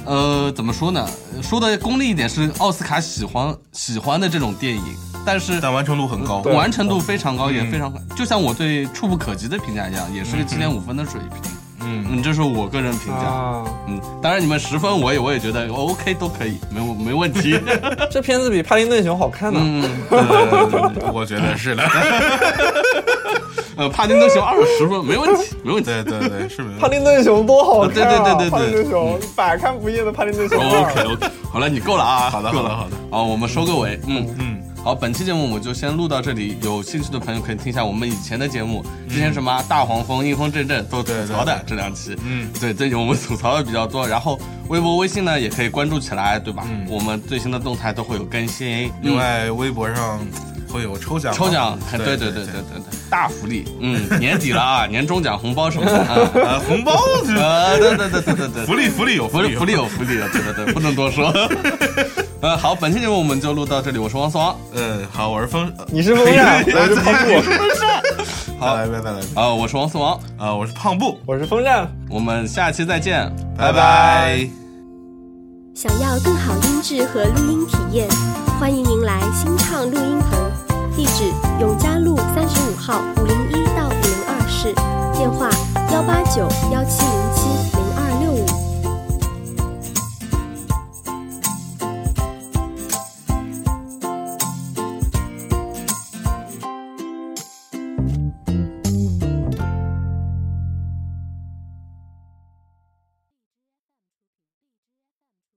Speaker 1: 呃，怎么说呢？说的功利一点是奥斯卡喜欢喜欢的这种电影，但是
Speaker 2: 但完成度很高。
Speaker 3: 对
Speaker 1: 完成度非常高，也非常，就像我对触不可及的评价一样，也是个七点五分的水平。
Speaker 2: 嗯，
Speaker 1: 嗯，这是我个人评价。
Speaker 3: 啊，
Speaker 1: 嗯，当然你们十分我也我也觉得哦 OK 都可以，没有没问 题。
Speaker 3: 这片子比《帕丁顿熊》好看呢。
Speaker 1: 嗯，
Speaker 2: 对对对对对我觉得是 的。
Speaker 1: 呃，帕丁顿熊二十分没问题， 没问题。
Speaker 2: 对对对，是没问题
Speaker 3: 帕丁顿熊多好看啊！
Speaker 1: 对对对对对哦
Speaker 3: 帕丁顿熊百看不厌的帕丁顿熊二
Speaker 1: OK OK，好 了，你够了啊，
Speaker 2: 哦好的
Speaker 1: 够了
Speaker 2: 好的好的。
Speaker 1: 好，我们收个尾，嗯。
Speaker 2: 嗯。
Speaker 1: 好，本期节目我们就先录到这里。有兴趣的朋友可以听一下我们以前的节目，
Speaker 2: 嗯
Speaker 1: 之前什么大黄蜂、阴风阵阵都吐槽的
Speaker 2: 对对对
Speaker 1: 这两期。
Speaker 2: 嗯
Speaker 1: 对，最近我们吐槽的比较多。然后微博、微信呢也可以关注起来，对吧？
Speaker 2: 嗯
Speaker 1: 我们最新的动态都会有更新。
Speaker 2: 另
Speaker 1: 嗯
Speaker 2: 外，微博上会有抽奖，哎
Speaker 1: 抽奖，对啊嗯对对对对，对，大福利。嗯，年底了 啊，年终奖红 包什么的。啊
Speaker 2: 呃，红 包就
Speaker 1: 呃，对对对对对对，
Speaker 2: 福利福利有
Speaker 1: 福利福
Speaker 2: 利
Speaker 1: 利，有福利的，对对对，不能多 说。呃，好，本期节目我们就录到这里，我是王松王，
Speaker 2: 嗯，好，我是风，
Speaker 3: 你是风 扇，我是胖布，
Speaker 2: 好，来来来来，
Speaker 1: 啊、我是王松王，
Speaker 2: 啊，我是胖布，
Speaker 3: 我是风扇。
Speaker 1: 我们下期再见。
Speaker 2: 拜拜。
Speaker 4: 想要更好音质和录音体验，欢迎您来新畅录音棚，地址永嘉路三十五号五零一到五零二室，电话幺八九幺七